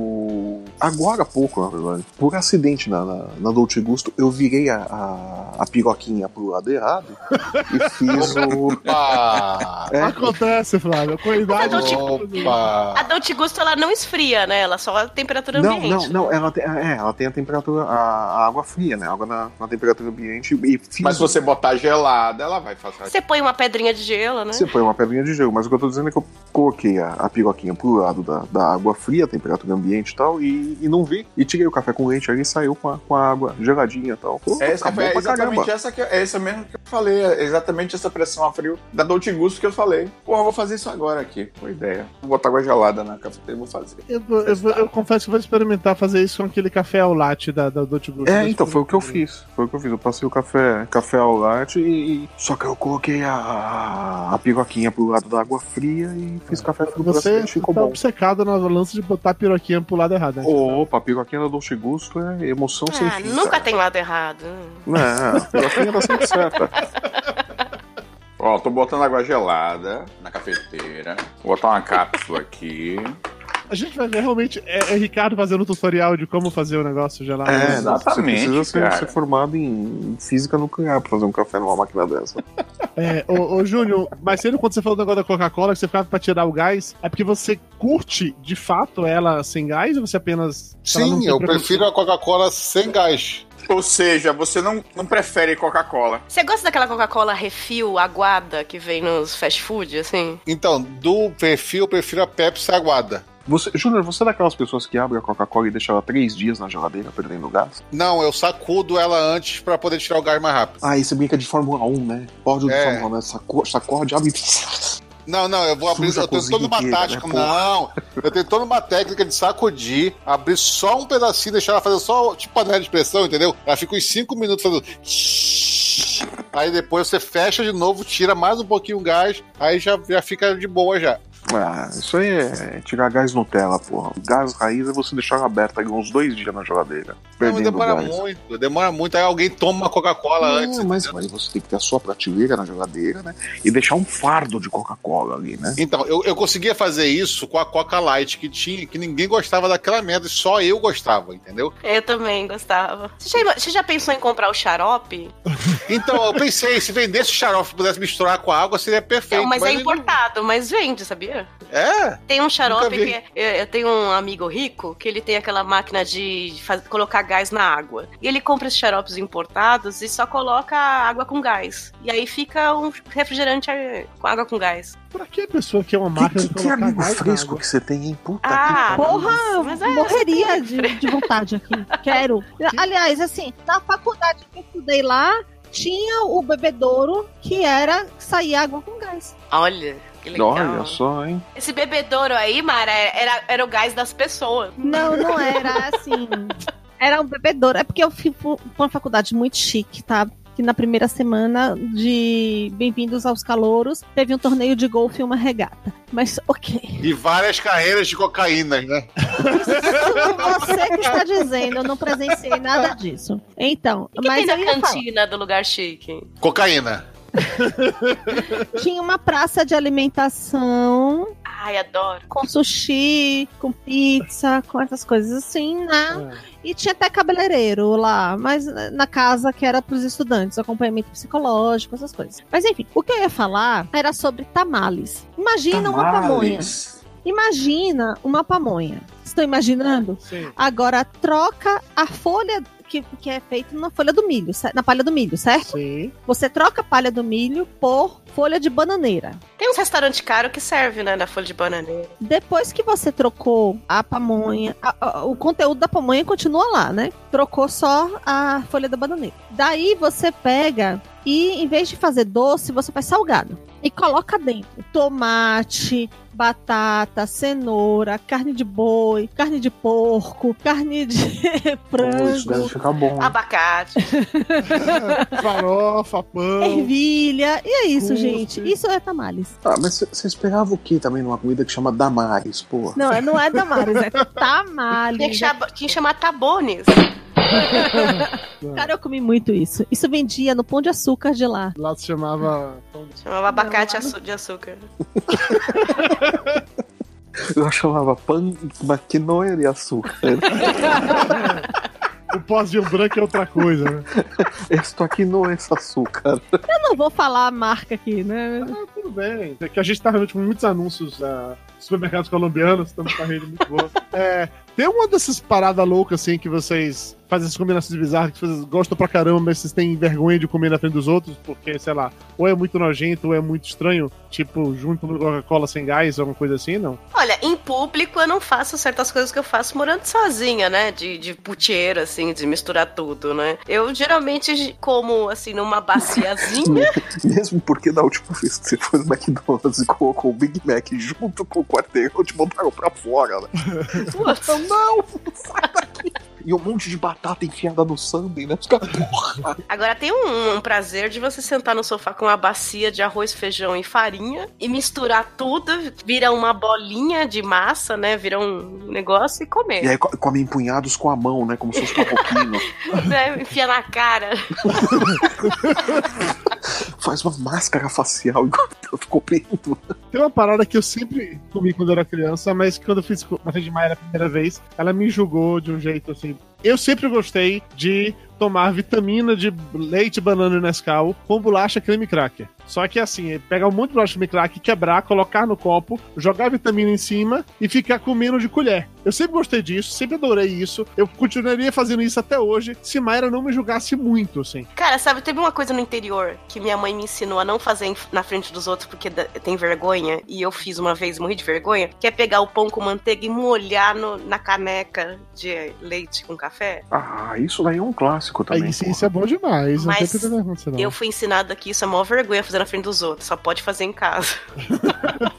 D: o- Agora há pouco, na verdade. Por acidente na, na, na Dolce Gusto, eu virei a, a, a piroquinha pro lado errado e fiz o.
E: Ah,
D: É,
B: Acontece, Flávio. Com a idade.
F: Mas eu tô tipo- te- A Dolce Gusto ela não esfria, né? Ela só a temperatura
D: Não,
F: ambiente.
D: não, não, ela tem, é, ela tem a temperatura, a, a água fria, né? A água na, na temperatura ambiente e
G: Mas se você botar gelada, ela vai fazer.
F: Você põe uma pedrinha de gelo, né?
D: Você põe uma pedrinha de gelo, mas o que eu tô dizendo é que eu coloquei a, a piroquinha pro lado da, da água fria, temperatura ambiente e tal, e, e não vi. E tirei o café com leite ali e saiu com a, com a água geladinha e tal. Pô,
G: É,
D: tá
G: essa,
D: bom
G: é
D: pra
G: exatamente
D: caramba.
G: essa que é essa mesmo que eu falei, é exatamente essa pressão a frio da Dolce Gusto que eu falei. Porra, eu vou fazer isso agora aqui. Boa ideia. Vou botar água gelada na cafeteira e vou fazer.
B: Eu, vou- eu vou- eu confesso que vou experimentar fazer isso com aquele café ao latte da, da Dolce Gusto.
D: É, então, foi o que eu fiz. Foi o que eu fiz. Eu passei o café, café ao latte e, e- Só que eu coloquei a, a piroquinha pro lado da água fria e fiz café frio pra
B: Você
D: cacete,
B: tá
D: ficou bom.
B: obcecado na lança de botar a piroquinha pro lado errado. Né?
D: Opa, piroquinha da Dolce Gusto é emoção sem
F: Ah,
D: fim.
F: nunca
D: cara.
F: tem lado errado.
D: Não, a piroquinha tá sempre certa.
G: Ó, tô botando água gelada na cafeteira. Vou botar uma cápsula aqui.
B: A gente vai ver realmente é, é Ricardo fazendo um tutorial de como fazer o negócio gelado.
D: É,
G: Exatamente,
D: Você precisa ser,
G: cara.
D: ser formado em física nuclear pra fazer um café numa máquina dessa.
B: É, ô, ô Júnior, mais cedo quando você falou do negócio da Coca-Cola, que você ficava pra tirar o gás, é porque você curte de fato ela sem gás ou você apenas. ela não
E: Sim,
B: tem
E: eu
B: preconceito?
E: prefiro a Coca-Cola sem gás.
G: Ou seja, você não, não prefere Coca-Cola.
F: Você gosta daquela Coca-Cola refil aguada que vem nos fast food, assim?
E: Então, do perfil, eu prefiro a Pepsi aguada.
D: Você, Júnior, você é daquelas pessoas que abrem a Coca-Cola e deixam ela três dias na geladeira perdendo gás?
E: Não, eu sacudo ela antes pra poder tirar o gás mais rápido.
D: Ah, e você brinca de Fórmula 1, né? Pódio de
E: É.
D: Fórmula 1, né? Sacode, sacode abre.
E: Não, não, eu vou abrir.
D: Suja a
E: eu tenho
D: cozinha
E: toda uma
D: inteira,
E: tática.
D: né, porra?
E: não, eu tenho toda uma técnica de sacudir, abrir só um pedacinho, deixar ela fazer só tipo panela de pressão, entendeu? Ela fica uns 5 minutos fazendo. tsh. Aí depois você fecha de novo, tira mais um pouquinho o gás, aí já, já fica de boa já.
D: Ah, isso aí é tirar gás Nutella, porra. Gás raiz é você deixar ela aberta aí uns dois dias na geladeira.
E: Não, mas
D: Perdendo
E: demora
D: gás.
E: muito, demora muito. Aí alguém toma uma Coca-Cola
D: Não,
E: antes.
D: mas, mas você tem que ter a sua prateleira na geladeira, né? E deixar um fardo de Coca-Cola ali, né?
E: Então, eu, eu conseguia fazer isso com a Coca Light que tinha, que ninguém gostava daquela merda, só eu gostava, entendeu?
F: Eu também gostava. Você já, ima- você já pensou em comprar o xarope?
E: Então, eu pensei, se vendesse o xarope e pudesse misturar com a água, seria perfeito.
F: Não, mas, é
E: ele-
F: importado, mas vende, sabia?
E: É?
F: Tem um xarope
E: Nunca
F: que.
E: vi.
F: Eu, eu tenho um amigo rico que ele tem aquela máquina de faz- colocar gás na água. E ele compra esses xaropes importados e só coloca água com gás. E aí fica um refrigerante eh, com água com gás.
B: Pra que pessoa que é uma máquina de
D: Que
B: colocar
D: amigo
B: gás na
D: fresco
B: água?
D: que você tem, hein? Puta
F: Ah,
C: Porra, eu
F: mas
C: morreria de, de vontade aqui. Quero. Aliás, assim, na faculdade que eu estudei lá, tinha o bebedouro que era sair água com gás.
F: Olha, que
D: que...
F: legal.
D: Olha só, hein?
F: Esse bebedouro aí, Mara, era, era o gás das pessoas.
C: Não, não era assim. Era um bebedouro. É porque eu fui pra uma faculdade muito chique, tá? Que na primeira semana de Bem-vindos aos Calouros teve um torneio de golfe e uma regata. Mas ok.
E: E várias carreiras de cocaína, né?
C: Você que está dizendo, eu não presenciei nada disso. Então,
F: Mas
C: mas
F: tem
C: eu
F: na
C: ia falar.
F: cantina do lugar chique.
E: Cocaína.
C: Tinha uma praça de alimentação
F: Ai, adoro.
C: com sushi, com pizza, com essas coisas assim, né? E tinha até cabeleireiro lá, mas eh, na casa que era pros estudantes, acompanhamento psicológico, essas coisas. Mas enfim, o que eu ia falar era sobre tamales. Imagina uma é pamonha. Imagina uma pamonha. Estão imaginando? Agora troca a folha que, que é feita na folha do milho, cer- na palha do milho, certo?
B: Sim.
C: Você troca a palha do milho por folha de bananeira.
F: Tem uns restaurantes caros que serve, né, na folha de bananeira.
C: Depois que você trocou a pamonha, a- a- o conteúdo da pamonha continua lá, né? Trocou só a folha da bananeira. Daí você pega e, em vez de fazer doce, você faz salgado. E coloca dentro tomate, batata, cenoura, carne de boi, carne de porco, carne de frango.
D: Isso deve ficar bom.
F: Ah,
D: hein?
F: Abacate.
B: Farofa, pão.
C: Ervilha. E é isso, gente. Isso é tamales.
D: Ah, mas você esperava o que também numa comida que chama Damares, porra?
C: Não, é- não é tamales, é tamales.
F: Tinha que chamar, tinha que chamar tabones.
C: Cara, eu comi muito isso. Isso vendia no Pão de Açúcar de lá.
B: Lá se chamava.
F: Chamava abacate açu- de açúcar.
D: Eu chamava pão maquinoia de açúcar.
B: O pozinho branco é outra coisa, né?
D: Estou aqui no esse açúcar.
C: Eu não vou falar a marca aqui, né?
B: tudo bem. É que a gente tá realmente com muitos anúncios da supermercados colombianos, estamos com a rede muito boa. É, tem uma dessas paradas loucas, assim, que vocês fazem essas combinações bizarras, que vocês gostam pra caramba, mas vocês têm vergonha de comer na frente dos outros, porque, sei lá, ou é muito nojento, ou é muito estranho, tipo, junto no Coca-Cola sem gás, alguma coisa assim, não?
F: Olha, em público eu não faço certas coisas que eu faço morando sozinha, né? De, de puteira, assim, de misturar tudo, né? Eu geralmente como, assim, numa baciazinha.
D: Mesmo porque da última vez que você foi no McDonald's e colocou o Big Mac junto com o quarteirão, te botaram pra fora, né?
F: Nossa,
D: não! E um monte de batata enfiada no sundae, né? Os caras, porra!
F: Agora tem um, um prazer de você sentar no sofá com uma bacia de arroz, feijão e farinha e misturar tudo, vira uma bolinha de massa, né? Vira um negócio e comer.
D: E aí co- come empunhados com a mão, né? Como se fosse marroquino.
F: Né? Enfia na cara.
D: Faz uma máscara facial enquanto eu fico preto.
B: Tem uma parada que eu sempre comi quando eu era criança, mas que quando eu fiz com a de Maia a primeira vez, ela me julgou de um jeito assim. Eu sempre gostei de tomar vitamina de leite, banana e Nescau com bolacha creme cracker. Só que assim, é pegar um monte de bolacha creme cracker, quebrar, colocar no copo, jogar a vitamina em cima e ficar comendo de colher. Eu sempre gostei disso, sempre adorei isso. Eu continuaria fazendo isso até hoje se Mayra não me julgasse muito, assim.
F: Cara, sabe, teve uma coisa no interior que minha mãe me ensinou a não fazer em- na frente dos outros porque da- tem vergonha, e eu fiz uma vez, morri de vergonha, que é pegar o pão com manteiga e molhar no- na caneca de leite com café.
D: Ah, isso daí é um clássico também.
B: Aí sim, isso é bom demais.
F: Mas
B: não tem problema com isso, não.
F: Eu fui ensinada que isso é maior vergonha fazer na frente dos outros, só pode fazer em casa.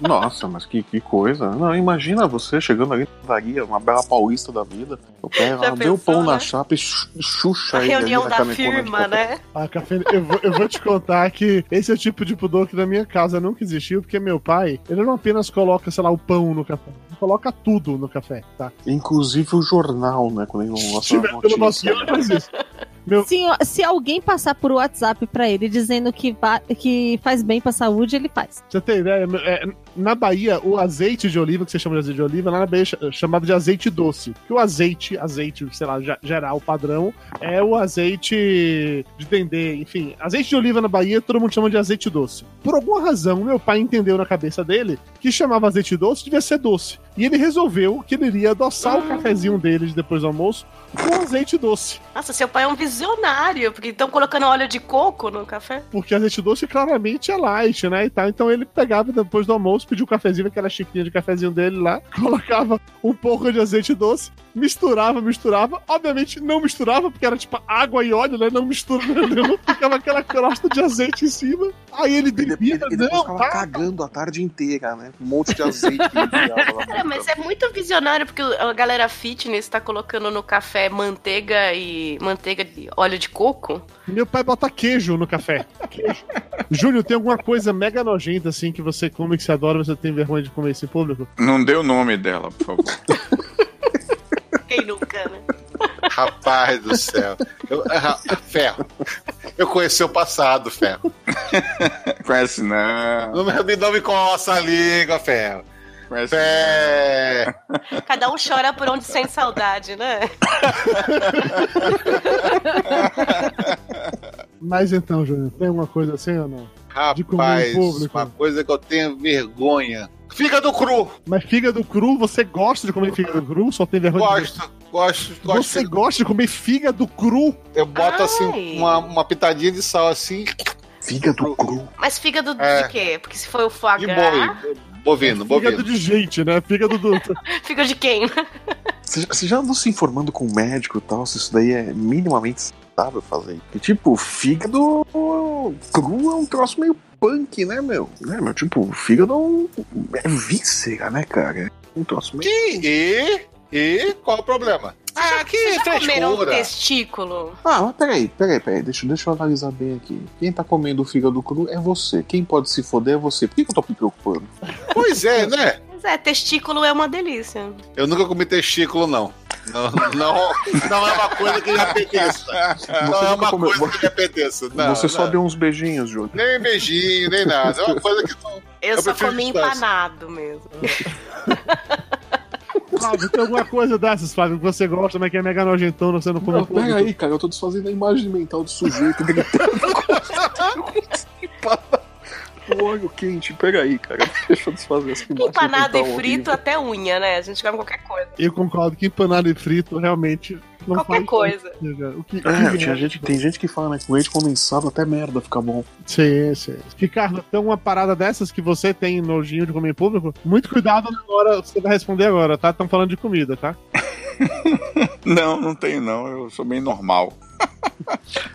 D: Nossa, mas que, que coisa. Não, imagina você chegando ali na padaria, uma bela paulista da vida. Eu pego,
F: Já
D: ela deu o
F: pensou,
D: pão
F: né?
D: na chapa e chu- chucha
F: A
D: ele ali
F: reunião
D: na
F: da
D: canecona de
F: firma,
D: café.
F: né?
B: Ah, café. Eu vou, eu vou te contar que esse é o tipo de pudor que na minha casa nunca existiu, porque meu pai, ele não apenas coloca, sei lá, o pão no café, ele coloca tudo no café, tá?
D: Inclusive o jornal, né? Quando ele não gosta
B: Tiver
D: da
B: pelo
D: notícia.
B: vacilo, ele faz isso.
C: Se, se alguém passar por WhatsApp pra ele dizendo que, va- que faz bem pra saúde, ele faz.
B: Você tem ideia? É, na Bahia, o azeite de oliva, que você chama de azeite de oliva, lá na Bahia é ch- é chamado de azeite doce. Que o azeite, azeite, sei lá, ge- geral, padrão, é o azeite de dendê, enfim. Azeite de oliva na Bahia, todo mundo chama de azeite doce. Por alguma razão, meu pai entendeu na cabeça dele que chamava azeite doce devia ser doce. E ele resolveu que ele iria adoçar o cafezinho dele de depois do almoço com azeite doce.
F: Nossa, seu pai é um visionário, porque estão colocando óleo de coco no café.
B: Porque azeite doce claramente é light, né? E tal. Então ele pegava depois do almoço, pedia um cafezinho, aquela xicrinha de cafezinho dele lá, colocava um pouco de azeite doce, misturava, misturava. Obviamente não misturava, porque era tipo água e óleo, né? Não misturava, não. Ficava aquela crosta de azeite em cima. Aí ele bebia,
D: E depois
B: não,
D: ficava
B: tá?
D: cagando a tarde inteira, né? Um monte de azeite que ele enfiava lá
F: Cara,
D: dentro.
F: mas é muito visionário, porque a galera fitness tá colocando no café manteiga e manteiga de óleo de coco.
B: Meu pai bota queijo no café. Queijo. Júlio, tem alguma coisa mega nojenta assim que você come, que você adora, mas você tem vergonha de comer isso em público?
G: Não dê o nome dela, por favor.
F: Quem nunca, né?
E: Rapaz do céu. Eu- ah, é, ferro. Eu conheci o passado, Ferro.
G: Conhece não.
E: Não me, não me coça a língua, Ferro.
G: É.
E: Ferro.
F: Cada um chora por onde sente saudade, né?
B: Mas então, Júnior, tem alguma coisa assim ou não? De comer em
E: Rapaz,
B: público.
E: uma coisa que eu tenho vergonha. Fígado cru.
B: Mas fígado cru, você gosta de comer fígado cru? Só tem vergonha de...
E: Gosto, gosto, gosto.
B: Você gosta de comer fígado cru?
E: Eu boto assim
F: Ai.
E: uma, uma pitadinha de sal assim.
D: Fígado cru.
F: Mas fígado
E: É.
F: de quê? Porque se for o foie
E: De
F: gras,
E: boi. Bovino,
B: Fígado
E: bovino.
B: de gente, né? Fígado do...
F: fígado de quem?
D: Você já- Você já andou se informando com o médico e tal, se isso daí é minimamente saudável fazer? Porque, tipo, fígado cru é um troço meio punk, né, meu? Né, meu? Tipo, fígado é, um... é víscera, né, cara? É um troço meio...
E: E, e qual o problema? Ah, que
F: Comeram um
E: frescura.
F: testículo.
D: Ah, mas peraí, peraí, peraí, deixa, deixa eu analisar bem aqui. Quem tá comendo o fígado cru é você. Quem pode se foder é você. Por que, que eu tô me preocupando?
E: Pois é, né?
F: Mas é, testículo é uma delícia.
E: Eu nunca comi testículo, não. Não, não, não é uma coisa que me apeteça. Não
D: Você
E: é
D: nunca
E: uma
D: comeu-
E: coisa que me apeteça. Não,
D: você só
E: não.
D: deu uns beijinhos, Júlio.
E: Nem beijinho, nem nada. É uma coisa que não.
F: Eu,
E: Eu
F: só
E: prefiro
F: comi
E: distância.
F: empanado mesmo.
B: Flávio, tem alguma coisa dessas, Flávio, que você gosta, mas que é mega nojentão, você não come
D: Não,
B: em público?
D: pera aí, cara, eu tô desfazendo a imagem mental do sujeito gritando com o óleo quente. Pera aí, cara, deixa eu desfazer essa imagem
F: Empanado
D: mental
F: e frito até unha, né? A gente come qualquer coisa.
B: Eu concordo que empanado e frito realmente não
F: Qualquer
B: faz
F: coisa.
B: sentido. O que,
D: horrível.
B: que
D: É, tinha gente, tem gente que fala, né, com leite condensado até merda fica bom.
B: Sim, sim. Ricardo, tem uma parada dessas que você tem nojinho de comer em público? Muito cuidado na hora, você vai responder agora, tá? Estão falando de comida, tá?
G: Não, não tenho não. Eu sou bem normal.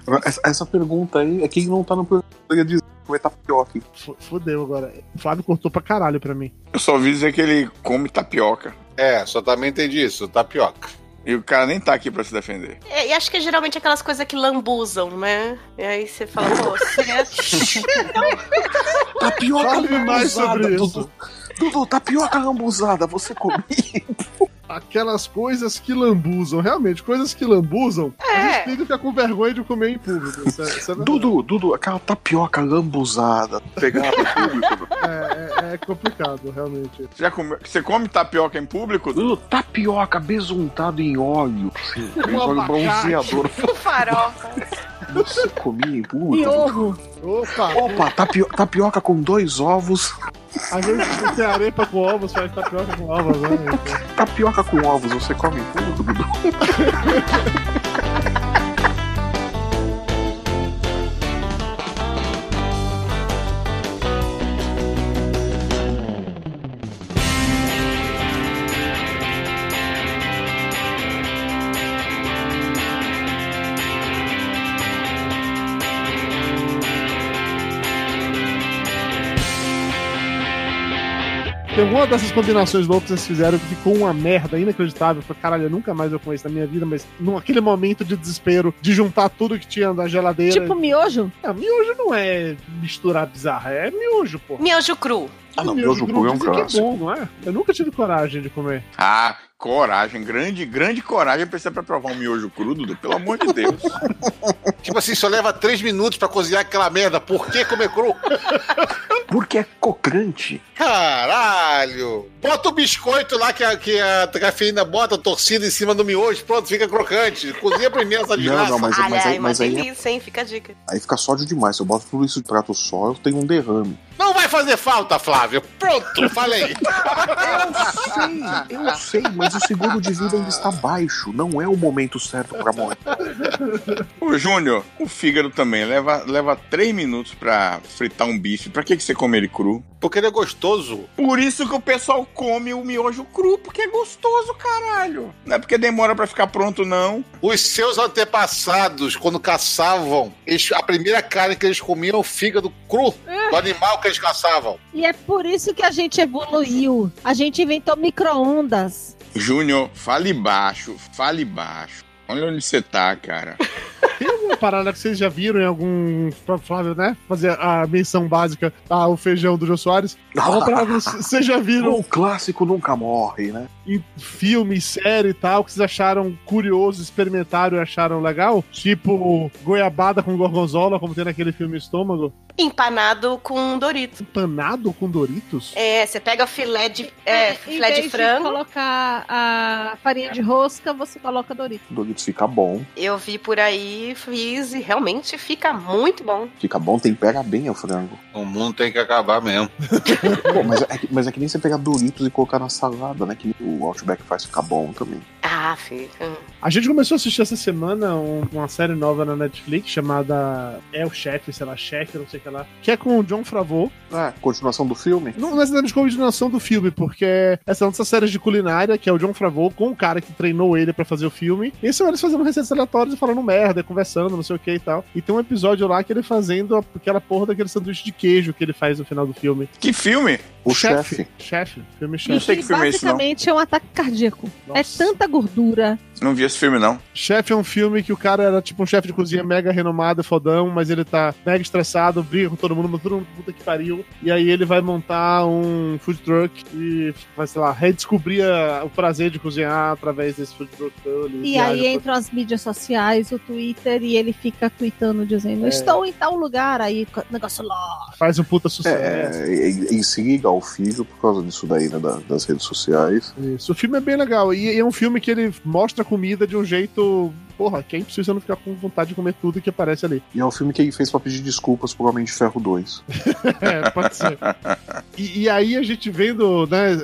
D: Agora, Essa, essa pergunta aí é quem não tá no programa ia dizer que vai estar pior aqui.
B: Fu- Fudeu agora. O Flávio cortou pra caralho pra mim.
G: Eu só ouvi dizer que ele come tapioca.
E: É, só também entendi isso, tapioca.
G: E o cara nem tá aqui pra se defender.
F: É, E acho que é geralmente aquelas coisas que lambuzam, né? E aí você é fala, pô, seria...
D: Tapioca
B: Fale mais
D: lambuzada,
B: sobre
D: Dudu. Dudu, tapioca lambuzada, você comia?
B: Aquelas coisas que lambuzam, realmente, coisas que lambuzam, a gente fica com vergonha de comer em público. Isso é, isso é verdade.
D: Dudu, Dudu, aquela tapioca lambuzada. Pegava o público.
B: É, é- é complicado, realmente.
G: Você, já comeu- você come tapioca em público?
D: Dudu, tapioca besuntado em óleo. Sim,
B: Um
D: óleo
B: abacate.
D: bronzeador.
F: um farofa.
D: Você comia em
B: E
F: um
D: público?
B: ovo. Opa!
D: Opa, tapio- tapioca com dois ovos.
B: Às vezes você tem arepa com ovos, faz tapioca com ovos né, agora.
D: Tapioca com ovos, você come tudo, Dudu?
B: Tem uma dessas combinações loucas que vocês fizeram que ficou uma merda inacreditável. Falei, caralho, eu nunca mais eu conheço na minha vida, mas naquele momento de desespero de juntar tudo que tinha na geladeira.
C: Tipo miojo?
B: Ah, miojo não é misturar bizarra, é miojo, pô.
F: Miojo cru.
D: Ah, não, miojo cru é um
B: dizem que
D: clássico.
B: bom, não é? Eu nunca tive coragem de comer.
G: Ah, coragem, grande, grande coragem pra você pra provar um miojo cru, Dudu, pelo amor de Deus.
E: Tipo assim, só leva três minutos pra cozinhar aquela merda. Por que comer cru?
D: Porque é cocante.
E: Caralho! Bota o biscoito lá que a, que a cafeína bota a torcida em cima do miojo, pronto, fica crocante. Cozinha primeiro essa
D: Não,
E: desgraça.
D: não, mas-
F: Olha,
D: aí-
F: aí, uma
D: mas aí é-
F: delícia, hein? Fica a dica.
D: Aí fica sódio demais. Se eu boto tudo isso de prato só, eu tenho um derrame.
E: Não vai fazer falta, Flávio. Pronto, falei.
D: Eu sei, mas o seguro de vida ainda está baixo. Não é o momento certo pra morrer.
G: Ô, Júnior, o fígado também leva, leva três minutos pra fritar um bife. Pra que, que você come ele cru?
E: Porque ele é gostoso.
G: Por isso que o pessoal come o miojo cru, porque é gostoso, caralho. Não é porque demora pra ficar pronto, não.
E: Os seus antepassados, quando caçavam, eles- a primeira carne que eles comiam é o fígado cru do animal que eles caçavam.
C: E é por isso que a gente evoluiu. A gente inventou micro-ondas.
G: Júnior, fale baixo, fale baixo. Olha onde você tá, cara.
B: Tem alguma uma parada que vocês já viram em algum. pra Flávio, né? Fazer a menção básica ao feijão do Jô Soares. Uma parada que vocês já viram.
D: O clássico nunca morre, né?
B: Em filme, série e tal, que vocês acharam curioso, experimentaram e acharam legal? Tipo goiabada com gorgonzola, como tem naquele filme Estômago.
F: Empanado com Doritos.
B: Empanado com Doritos?
F: É, você pega filé de, é,
C: Em
F: filé de
C: vez
F: frango.
C: colocar a farinha de rosca, você coloca Doritos.
D: Doritos fica bom.
F: Eu vi por aí, fiz e realmente fica muito bom.
D: Fica bom, tempera bem o frango.
E: O mundo tem que acabar mesmo.
D: Pô, mas, é, que- mas é que nem você pegar Doritos e colocar na salada, né? Que o Outback faz ficar bom também.
F: Ah, fica.
B: A gente começou a assistir essa semana um- uma série nova na Netflix chamada É o Chefe, sei lá, Chefe, não sei o que lá, que é com o John Favreau.
D: Ah, continuação do filme?
B: Não é necessariamente continuação do filme, porque essa é uma dessas séries de culinária, que é o John Favreau com o cara que treinou ele pra fazer o filme. E são eles fazendo receitas aleatórias e falando merda, conversando, não sei o que e tal. E tem um episódio lá que ele fazendo aquela porra daquele sanduíche de queijo que ele faz no final do filme.
G: Que filme?
D: O
B: Chefe. Chefe, filme chefe.
C: basicamente é um ataque cardíaco. É tanta gordura.
G: Não vi esse filme, não.
B: Chefe é um filme que o cara era tipo um chefe de cozinha mega renomado, fodão, mas ele tá mega estressado, briga com todo mundo, mas todo mundo puta que pariu. E aí ele vai montar um food truck e vai, sei lá, redescobrir a- o prazer de cozinhar através desse food truck dele.
C: E aí entram as mídias sociais, o Twitter, e ele fica tweetando dizendo:
B: É.
C: Estou em tal lugar. Aí co- negócio lá.
B: Faz um puta sucesso.
D: É, e- e- e se liga ao filho por causa disso daí, né? da- das redes sociais.
B: Isso, o filme é bem legal. E é um filme que ele mostra a comida de um jeito. Porra, que é impossível você não ficar com vontade de comer tudo que aparece ali.
D: E é o filme que ele fez pra pedir desculpas pro Homem de Ferro 2.
B: é, pode ser. E, e aí a gente vendo, né,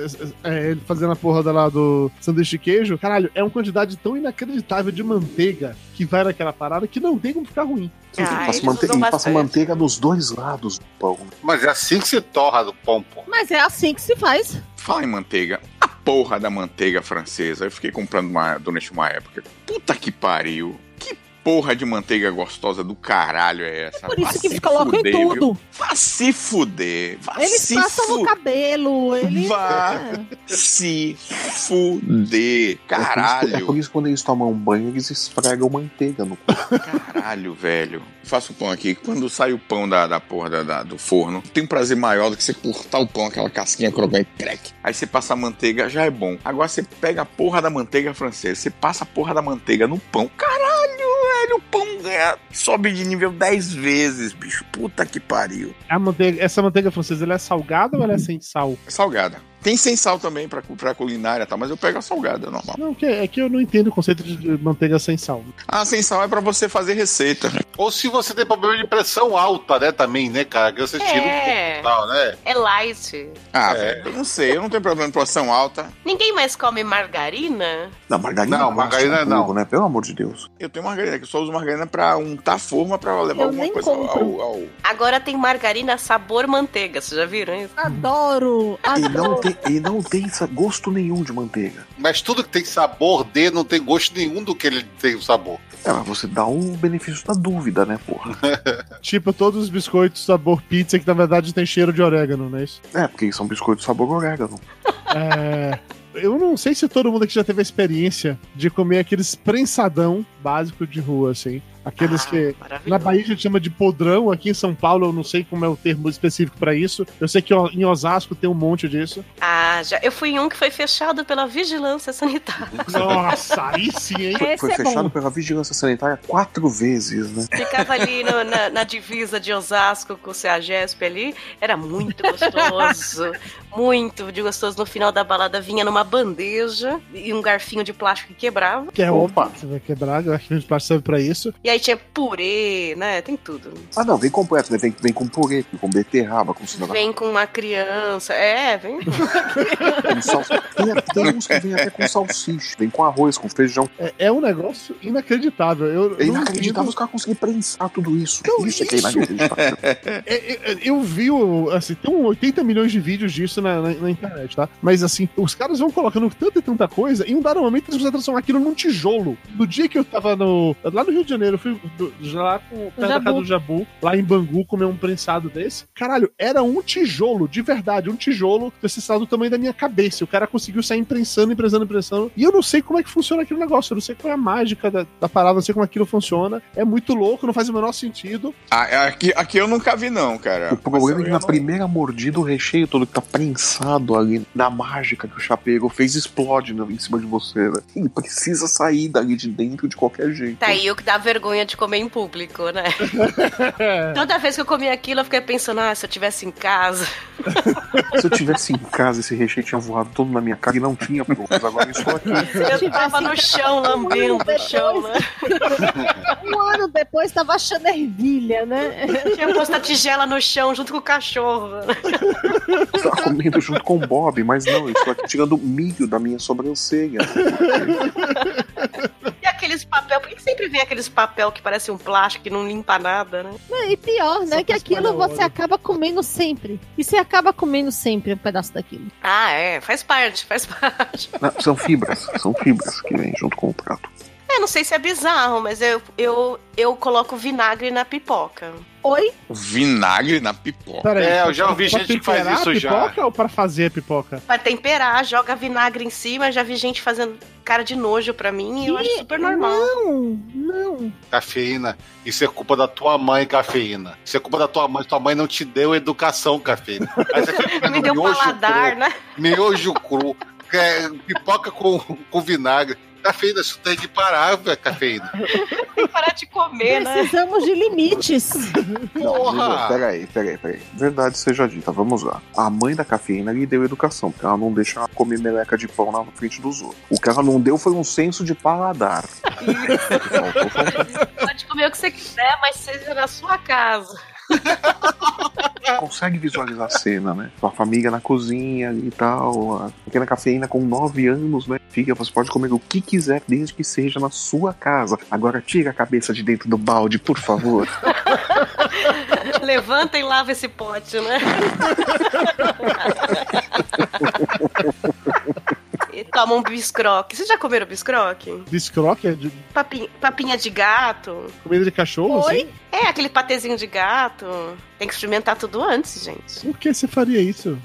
B: é, ele fazendo a porra da lá do sanduíche de queijo, caralho, é uma quantidade tão inacreditável de manteiga que vai naquela parada que não tem como ficar ruim.
D: Sim,
F: Ah,
D: ele passa, mante- ele passa manteiga dos dois lados do pão.
E: Mas é assim que se torra do pão, pô.
C: Mas é assim que se faz.
G: Fala em manteiga. A porra da manteiga francesa. Eu fiquei comprando uma, durante uma época. Puta que pariu. Que porra de manteiga gostosa do caralho é essa?
C: por isso
G: Vá
C: que
G: se
C: eles colocam em
G: viu?
C: tudo.
G: Vá se fuder. Vá
C: Eles
G: se
C: passam no
G: fuder.
C: cabelo, eles. é,
G: Vá se
D: É por,
G: fuder.
D: isso, é
G: Caralho.
D: por isso que quando eles tomam um banho, eles esfregam manteiga no cu.
G: Caralho, velho. Faço um pão aqui. Quando sai o pão da, da porra da- da- do forno, tem um prazer maior do que você cortar o pão, aquela casquinha crocante, crack. Aí você passa a manteiga, já é bom. Agora você pega a porra da manteiga francesa, você passa a porra da manteiga no pão. Caralho, velho, o pão é, sobe de nível 10 vezes, bicho. Puta que pariu.
B: A manteiga, essa manteiga francesa, ela é salgada ou ela é sem sal?
G: É salgada. Tem sem sal também pra, cu- pra culinária e tal, mas eu pego a salgada, normal.
B: Não, que, é que eu não entendo o conceito de manteiga sem sal.
G: Ah, sem sal é pra você fazer receita.
E: Ou se você tem problema de pressão alta, né, também, né, cara? Que você tira um pouco
F: É.
E: e tal, né?
F: É light.
D: É.
G: Ah, velho, eu não sei, eu não tenho problema de porção alta.
F: Ninguém mais come margarina?
D: Não, margarina
G: Não, margarina
D: não. Né? Pelo amor de Deus.
G: Eu tenho margarina, que eu só uso margarina pra untar forma pra levar
F: Eu
G: alguma
F: nem
G: coisa ao,
F: compro.
G: ao-
F: Agora tem margarina sabor manteiga, vocês já viram isso?
C: Adoro!
D: E não tem, e não tem sa- gosto nenhum de manteiga.
E: Mas tudo que tem sabor dele não tem gosto nenhum do que ele tem o sabor.
D: É, mas você dá o benefício da dúvida, né, porra?
B: Tipo, todos os biscoitos sabor pizza que na verdade tem cheiro de orégano, não é isso?
D: É, porque são biscoitos sabor orégano.
B: É, eu não sei se todo mundo aqui já teve a experiência de comer aqueles prensadão básico de rua, assim. Aqueles
F: Ah.
B: que na Bahia a gente chama de podrão, aqui em São Paulo eu não sei como é o termo específico pra isso. Eu sei que ó, em Osasco tem um monte disso.
F: Ah, já. Eu fui em um que foi fechado pela vigilância sanitária.
B: Nossa, aí sim, hein?
D: Foi, foi fechado pela vigilância sanitária quatro vezes, né?
F: Ficava ali no- na, na divisa de Osasco com o CEAGESP ali, era muito gostoso, muito de gostoso. No final da balada vinha numa bandeja e um garfinho de plástico que quebrava.
B: Que é opa, você vai quebrar, eu acho que a gente serve pra isso.
F: E aí tinha purê, né? Tem tudo.
D: Ah, não, vem completo, né? Vem, vem com purê, com beterraba, com cinema.
F: Vem com uma criança, é, vem.
D: Com sal... tem, tem uns que vem até com salsicha, vem com arroz, com feijão.
B: É, é um negócio inacreditável. Eu
D: É
B: não
D: inacreditável
B: entendo-
D: os caras conseguirem prensar tudo isso. isso é que é
B: isso?
D: inacreditável.
B: É, é, é, eu vi, o- assim, tem um 80 milhões de vídeos disso na, na- na internet, tá? Mas assim, os caras vão colocando tanta e tanta coisa e um dado momento eles precisam transformar aquilo num tijolo. No dia que eu tava no, lá no Rio de Janeiro, eu fui fui do- lá com, perto da
P: Jabu.
B: casa do Jabu, lá em Bangu, comer um prensado desse. Caralho, era um tijolo, de verdade, um tijolo desse estado do tamanho da minha cabeça. E O cara conseguiu sair imprensando, imprensando, imprensando. E eu não sei como é que funciona aquele negócio, eu não sei qual é a mágica da, da parada, eu não sei como aquilo funciona. É muito louco, não faz o menor sentido.
G: Ah, aqui, aqui eu nunca vi, não, cara.
D: O problema é que na primeira mordida o recheio todo que tá prensado ali na mágica que o chapeiro fez explode na- em cima de você, né? Ele precisa sair dali de dentro de qualquer jeito.
F: Tá aí o que dá vergonha de comer em público, né? Toda vez que eu comi aquilo, eu fiquei pensando, ah, se eu tivesse em casa.
D: Se eu tivesse em casa, esse recheio tinha voado todo na minha cara e não tinha poucos. Agora isso aqui.
F: Eu tava no chão, lambendo o chão, né?
C: Um ano depois tava achando ervilha, né?
F: Tinha posto a tigela no chão junto com o cachorro.
D: Tá comendo junto com o Bob, mas não, isso aqui tirando milho da minha sobrancelha.
F: E aqueles papel, por que que sempre vem aqueles papel que parece um plástico que não limpa nada, né?
C: Não, e pior, né? Que aquilo
F: espalhar
C: você
F: óleo.
C: acaba comendo sempre. E você acaba comendo sempre um pedaço daquilo.
F: Ah, é, faz parte, faz parte.
D: Não, são fibras, são fibras que vêm junto com o prato.
F: É, não sei se é bizarro, mas eu, eu, eu coloco vinagre na pipoca.
C: Oi?
G: Vinagre na pipoca.
B: pra temperar a pipoca ou pra fazer a pipoca?
F: Pra temperar, joga vinagre em cima, já vi gente fazendo cara de nojo pra mim, e eu acho super normal.
C: Não, Então, não.
E: Cafeína. Isso é culpa da tua mãe, cafeína. Isso é culpa da tua mãe. Tua mãe não te deu educação, cafeína. Aí você fica comendo
F: Me deu
E: miojo
F: paladar,
E: cru,
F: né?
E: Miojo cru. é, pipoca com, com vinagre. Cafeína, isso tem que parar, velho, cafeína.
F: Parar de comer, né?
C: Precisamos de limites.
D: Não, Peraí, peraí, peraí. Verdade seja dita, vamos lá. A mãe da cafeína lhe deu educação, porque ela não deixa ela comer meleca de pão na frente dos outros. O que ela não deu foi um senso de paladar.
F: Pode comer o que você quiser, mas seja na sua casa.
D: Consegue visualizar a cena, né? A família na cozinha e tal. A pequena cafeína com 9 anos, né? Filha, você pode comer o que quiser, desde que seja na sua casa. Agora tira a cabeça de dentro do balde, por favor.
F: Levanta e lava esse pote, né? e toma um biscroque. Vocês já comeram biscroque?
B: Biscroque é de
F: Papinha, papinha de gato?
B: comida de cachorro?
F: Oi?
B: Assim?
F: É, aquele patezinho de gato. Tem que experimentar tudo antes, gente.
B: Por que você faria isso?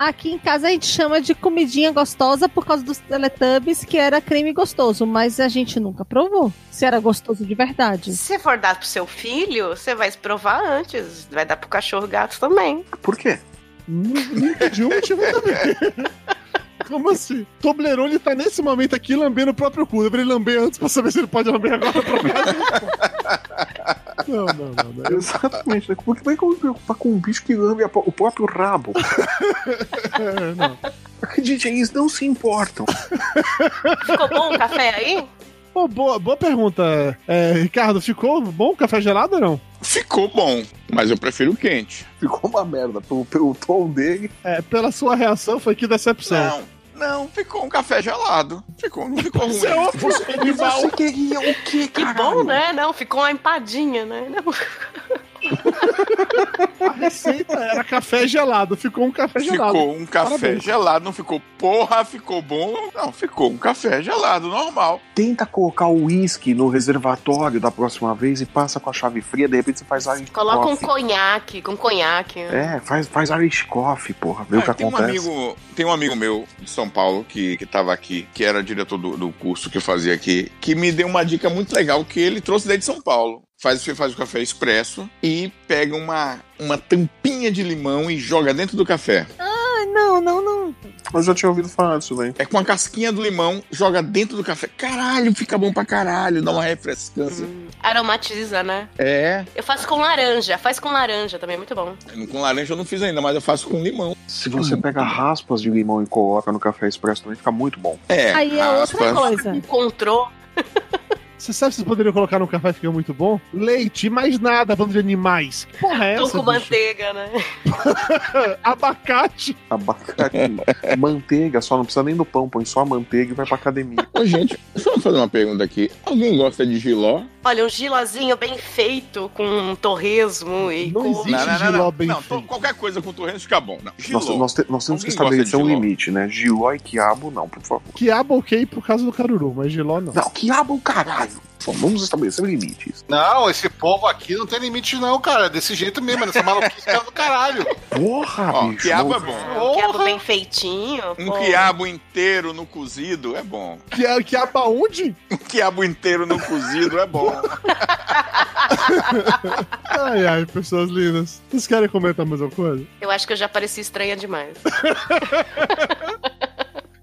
C: Aqui em casa a gente chama de comidinha gostosa por causa dos Teletubbies, que era creme gostoso, mas a gente nunca provou se era gostoso de verdade.
F: Se você for dar pro seu filho, você vai provar antes. Vai dar pro cachorro gato também.
D: Por quê?
B: de um motivo também. Como assim? Toblerone tá nesse momento aqui lambendo o próprio cu. Dá pra ele lamber antes pra saber se ele pode lamber agora. Não, não, não.
D: Exatamente. né? Como é que vai me preocupar com um bicho que lambe a pró- o próprio rabo?
B: É,
D: Acredite, eles não se importam.
F: Ficou bom o café aí?
B: Pô, boa, boa pergunta. É, Ricardo, ficou bom o café gelado ou não?
G: Ficou bom, mas eu prefiro o quente.
D: Ficou uma merda pelo, pelo tom dele.
B: É, pela sua reação foi que decepção.
G: Não, ficou um café gelado. Ficou, não ficou ruim.
B: Você é um animal. Você
D: queria o quê,
F: Que bom, né? Não, ficou uma empadinha, né? Não.
B: A receita era café gelado. Ficou um café gelado.
G: Ficou um café
B: Parabéns.
G: gelado, não ficou porra, ficou bom. Não, ficou um café gelado, normal.
D: Tenta colocar o uísque no reservatório da próxima vez e passa com a chave fria, de repente você faz Irish
F: Coloca um
D: coffee.
F: conhaque, com conhaque.
D: É, faz, faz Irish coffee, porra. Vê o que
G: tem um,
D: acontece.
G: amigo, tem um amigo meu de São Paulo que, que tava aqui, que era diretor do, do curso que eu fazia aqui, que me deu uma dica muito legal que ele trouxe daí de São Paulo. Faz, você faz o café expresso e pega uma, uma tampinha de limão e joga dentro do café.
C: Ah, não, não, não.
D: Eu já tinha ouvido falar disso, velho.
G: É com a casquinha do limão, joga dentro do café. Caralho, fica bom pra caralho, dá uma refrescância.
F: Aromatiza, né?
G: É,
F: Eu faço com laranja, faz com laranja também, muito bom.
G: com laranja eu não fiz ainda, mas eu faço com limão.
D: Se você pega raspas de limão e coloca no café expresso também, fica muito bom.
G: É,
C: Aí é outra coisa.
F: Encontrou.
B: Você sabe se vocês poderiam colocar no café que fica muito bom? Leite, e mais nada, bando de animais. Que porra é
F: Pão
B: essa?
F: com
B: bicho?
F: manteiga, né?
B: Abacate.
D: Abacate. manteiga, só não precisa nem do pão, põe só a manteiga e vai pra academia.
G: Ô, gente, só fazer uma pergunta aqui. Alguém gosta de giló?
F: Olha, um gilozinho bem feito com um torresmo e
B: não
F: couve.
G: não, to- qualquer coisa com torresmo fica bom. Não.
D: Nós,
G: Giló.
D: nós te- nós temos que
G: Alguém gosta de
D: estabelecer um
G: giló?
D: limite, né? Giló e quiabo, não, por favor.
B: Quiabo ok por causa do caruru, mas giló não.
D: Não, quiabo, caralho. Só vamos estabelecer um limites.
E: Não, esse povo aqui não tem limite, não, cara. É Desse jeito mesmo, essa maluquice cara do caralho.
D: Porra,
G: Ó,
D: bicho.
G: quiabo
D: não-
G: é bom.
F: Um quiabo bem feitinho.
G: Um
F: pô.
G: quiabo inteiro no cozido é bom.
B: Que, quiabo aonde?
G: Um quiabo inteiro no cozido é bom.
B: Ai, ai, pessoas lindas. Vocês querem comentar mais alguma coisa?
F: Eu acho que eu já pareci estranha demais.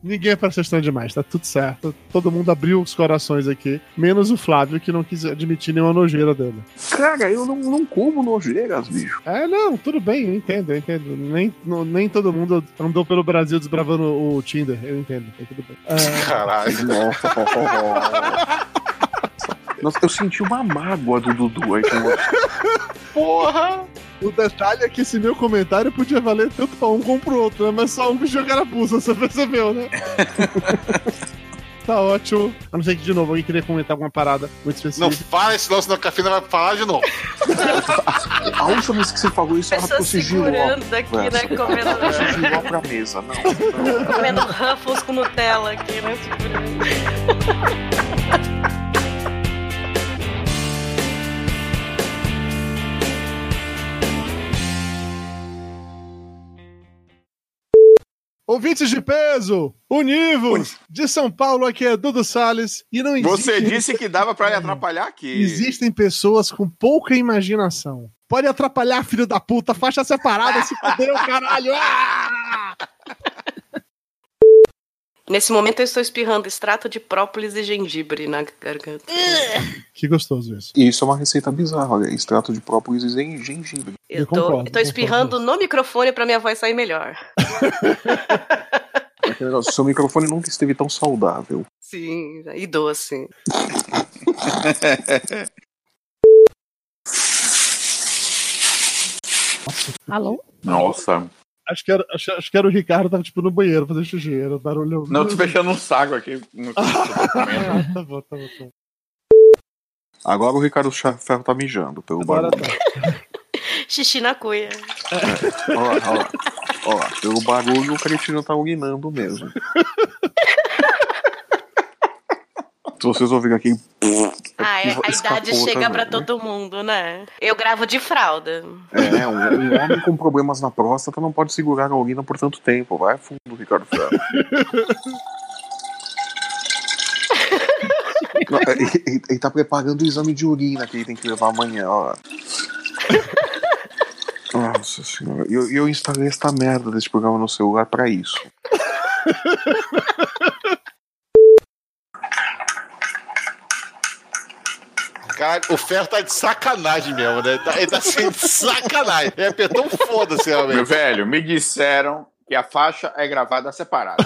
B: Ninguém é pra ser estranho demais, tá tudo certo. Todo mundo abriu os corações aqui, menos o Flávio, que não quis admitir nenhuma nojeira dele.
D: Cara, eu não, não como nojeiras, bicho.
B: É, não, tudo bem, eu entendo, eu entendo. Nem, no- nem todo mundo andou pelo Brasil desbravando o Tinder, eu entendo, é tudo bem. Ah,
E: Caralho.
D: Nossa, eu senti uma mágoa do Dudu aí com você.
B: Porra! O detalhe é que esse meu comentário podia valer tanto pra um como pro outro, né? Mas só um que jogar carapuça, você percebeu, né? tá ótimo. A não ser que, de novo, alguém queria comentar alguma parada muito específica.
E: Não fala esse lance, senão a cafina vai falar de novo.
D: A última vez que você falou isso era
F: Pessoa
D: pro sigilo.
F: segurando aqui, né, comendo-
D: Sigilo pra mesa, não.
F: Comendo ruffles com Nutella aqui, né?
B: Ouvintes de peso, univos, de São Paulo, aqui é Dudu Salles, e não existe...
G: Você disse que dava pra lhe atrapalhar aqui.
B: Existem pessoas com pouca imaginação. Pode atrapalhar, filho da puta, faixa separada, se fudeu, caralho! Ah!
F: Nesse momento eu estou espirrando extrato de própolis e gengibre na garganta.
B: Que gostoso isso.
D: E isso é uma receita bizarra, olha, extrato de própolis e gen- gengibre.
F: Eu tô, eu tô espirrando no microfone pra minha voz sair melhor.
D: É aquele negócio, Seu microfone nunca esteve tão saudável.
F: Sim, e doce.
C: Alô?
G: Nossa.
B: Acho que, era, acho, acho que era o Ricardo, tava tipo no banheiro, fazendo xixi, era barulho...
G: Não, eu tô fechando um saco aqui. No...
B: Ah, tá bom, tá bom, tá bom.
D: Agora o Ricardo Cha- Ferro tá mijando pelo barulho.
F: Xixi na cuia.
D: Olha lá, olha lá. Olha lá, pelo barulho o cretino tá urinando mesmo. Se vocês ouvirem aquele.
F: Ah, é, a
D: escapou
F: idade chega
D: também,
F: pra
D: né?
F: todo mundo, né? Eu gravo de fralda.
D: É, um, um homem com problemas na próstata não pode segurar a urina por tanto tempo. Vai fundo, Ricardo Ferro. Não, ele, ele- ele tá preparando o exame de urina que ele tem que levar amanhã, ó. Nossa senhora. E eu, e eu instalei esta merda desse programa no celular pra isso.
E: Cara, o ferro tá de sacanagem mesmo, né? Ele tá- Ele tá sendo sacanagem. Ele apertou um foda-se, realmente.
G: Meu velho, me disseram que a faixa é gravada separada.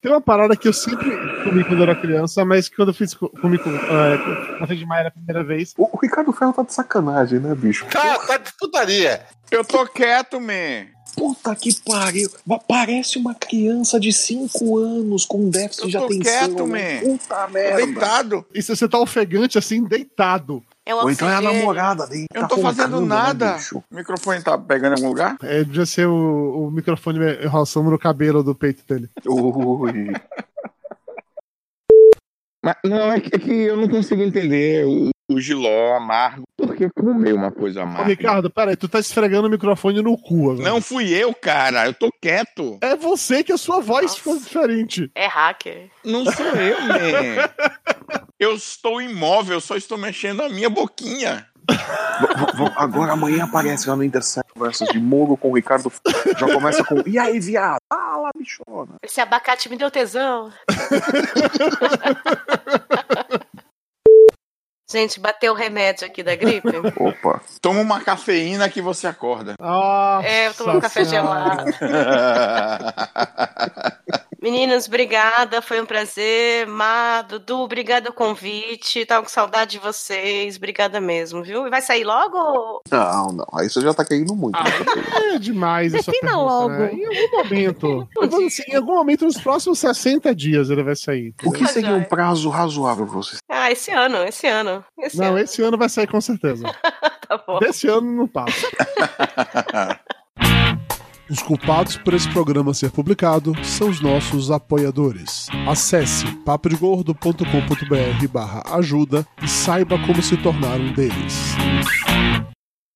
B: Tem uma parada que eu sempre comi quando eu era criança, mas que quando eu fiz co- comi com, é, na frente de Maia a primeira vez...
D: O, o Ricardo Ferro tá de sacanagem, né, bicho?
E: Tá, tá de putaria.
G: Eu tô quieto, man.
D: Puta que pariu. Mas Parece uma criança de 5 anos com déficit de atenção. né? Puta merda.
B: E se você tá ofegante assim, deitado.
F: É
D: Ou então é a namorada dele.
G: Eu
D: tá
G: não tô fazendo
D: roncando, né,
G: nada.
D: bicho?
G: o microfone tá pegando em algum lugar?
B: É, devia ser o, o microfone é, roçando no cabelo do peito dele.
D: Ui.
P: Mas não, é que, é que eu não consigo entender o, o giló amargo. Por que comer uma coisa
G: Ah.
B: Ô,
P: amarga?
B: Ricardo, peraí, tu tá esfregando o microfone no cu agora.
P: Não fui eu, cara. Eu tô quieto.
B: É você que a sua voz ficou diferente.
F: É hacker.
G: Não sou eu, man. Eu estou imóvel, eu só estou mexendo a minha boquinha.
D: V- v- Agora amanhã aparece lá no Intercept versus de Moro com o Ricardo. Ferro. Já começa com. E aí, viado? Fala, bichona.
F: Esse abacate me deu tesão. Gente, bateu o remédio aqui da gripe.
D: Opa.
G: Toma uma cafeína que você acorda.
F: É, eu tomo um café gelado. Meninas, obrigada, foi um prazer. Má, Dudu, obrigada o convite. Tava com saudade de vocês, obrigada mesmo, viu? E vai sair logo?
D: Não, não. Aí você já tá querendo muito.
G: Ah,
B: É demais essa
F: Defina
B: pergunta,
F: logo.
B: né? Em algum momento. Eu vou assim, dizer, em algum momento, nos próximos 60 dias ele vai sair.
G: é.
D: O que seria um prazo razoável pra você?
F: Ah, Ah, esse ano, esse ano. Esse
B: Não,
F: ano.
B: esse ano vai sair com certeza.
F: Tá bom.
B: Desse ano não passa. Os culpados por esse programa ser publicado são os nossos apoiadores. Acesse papodegordo.com.br barra ajuda e saiba como se tornar um deles.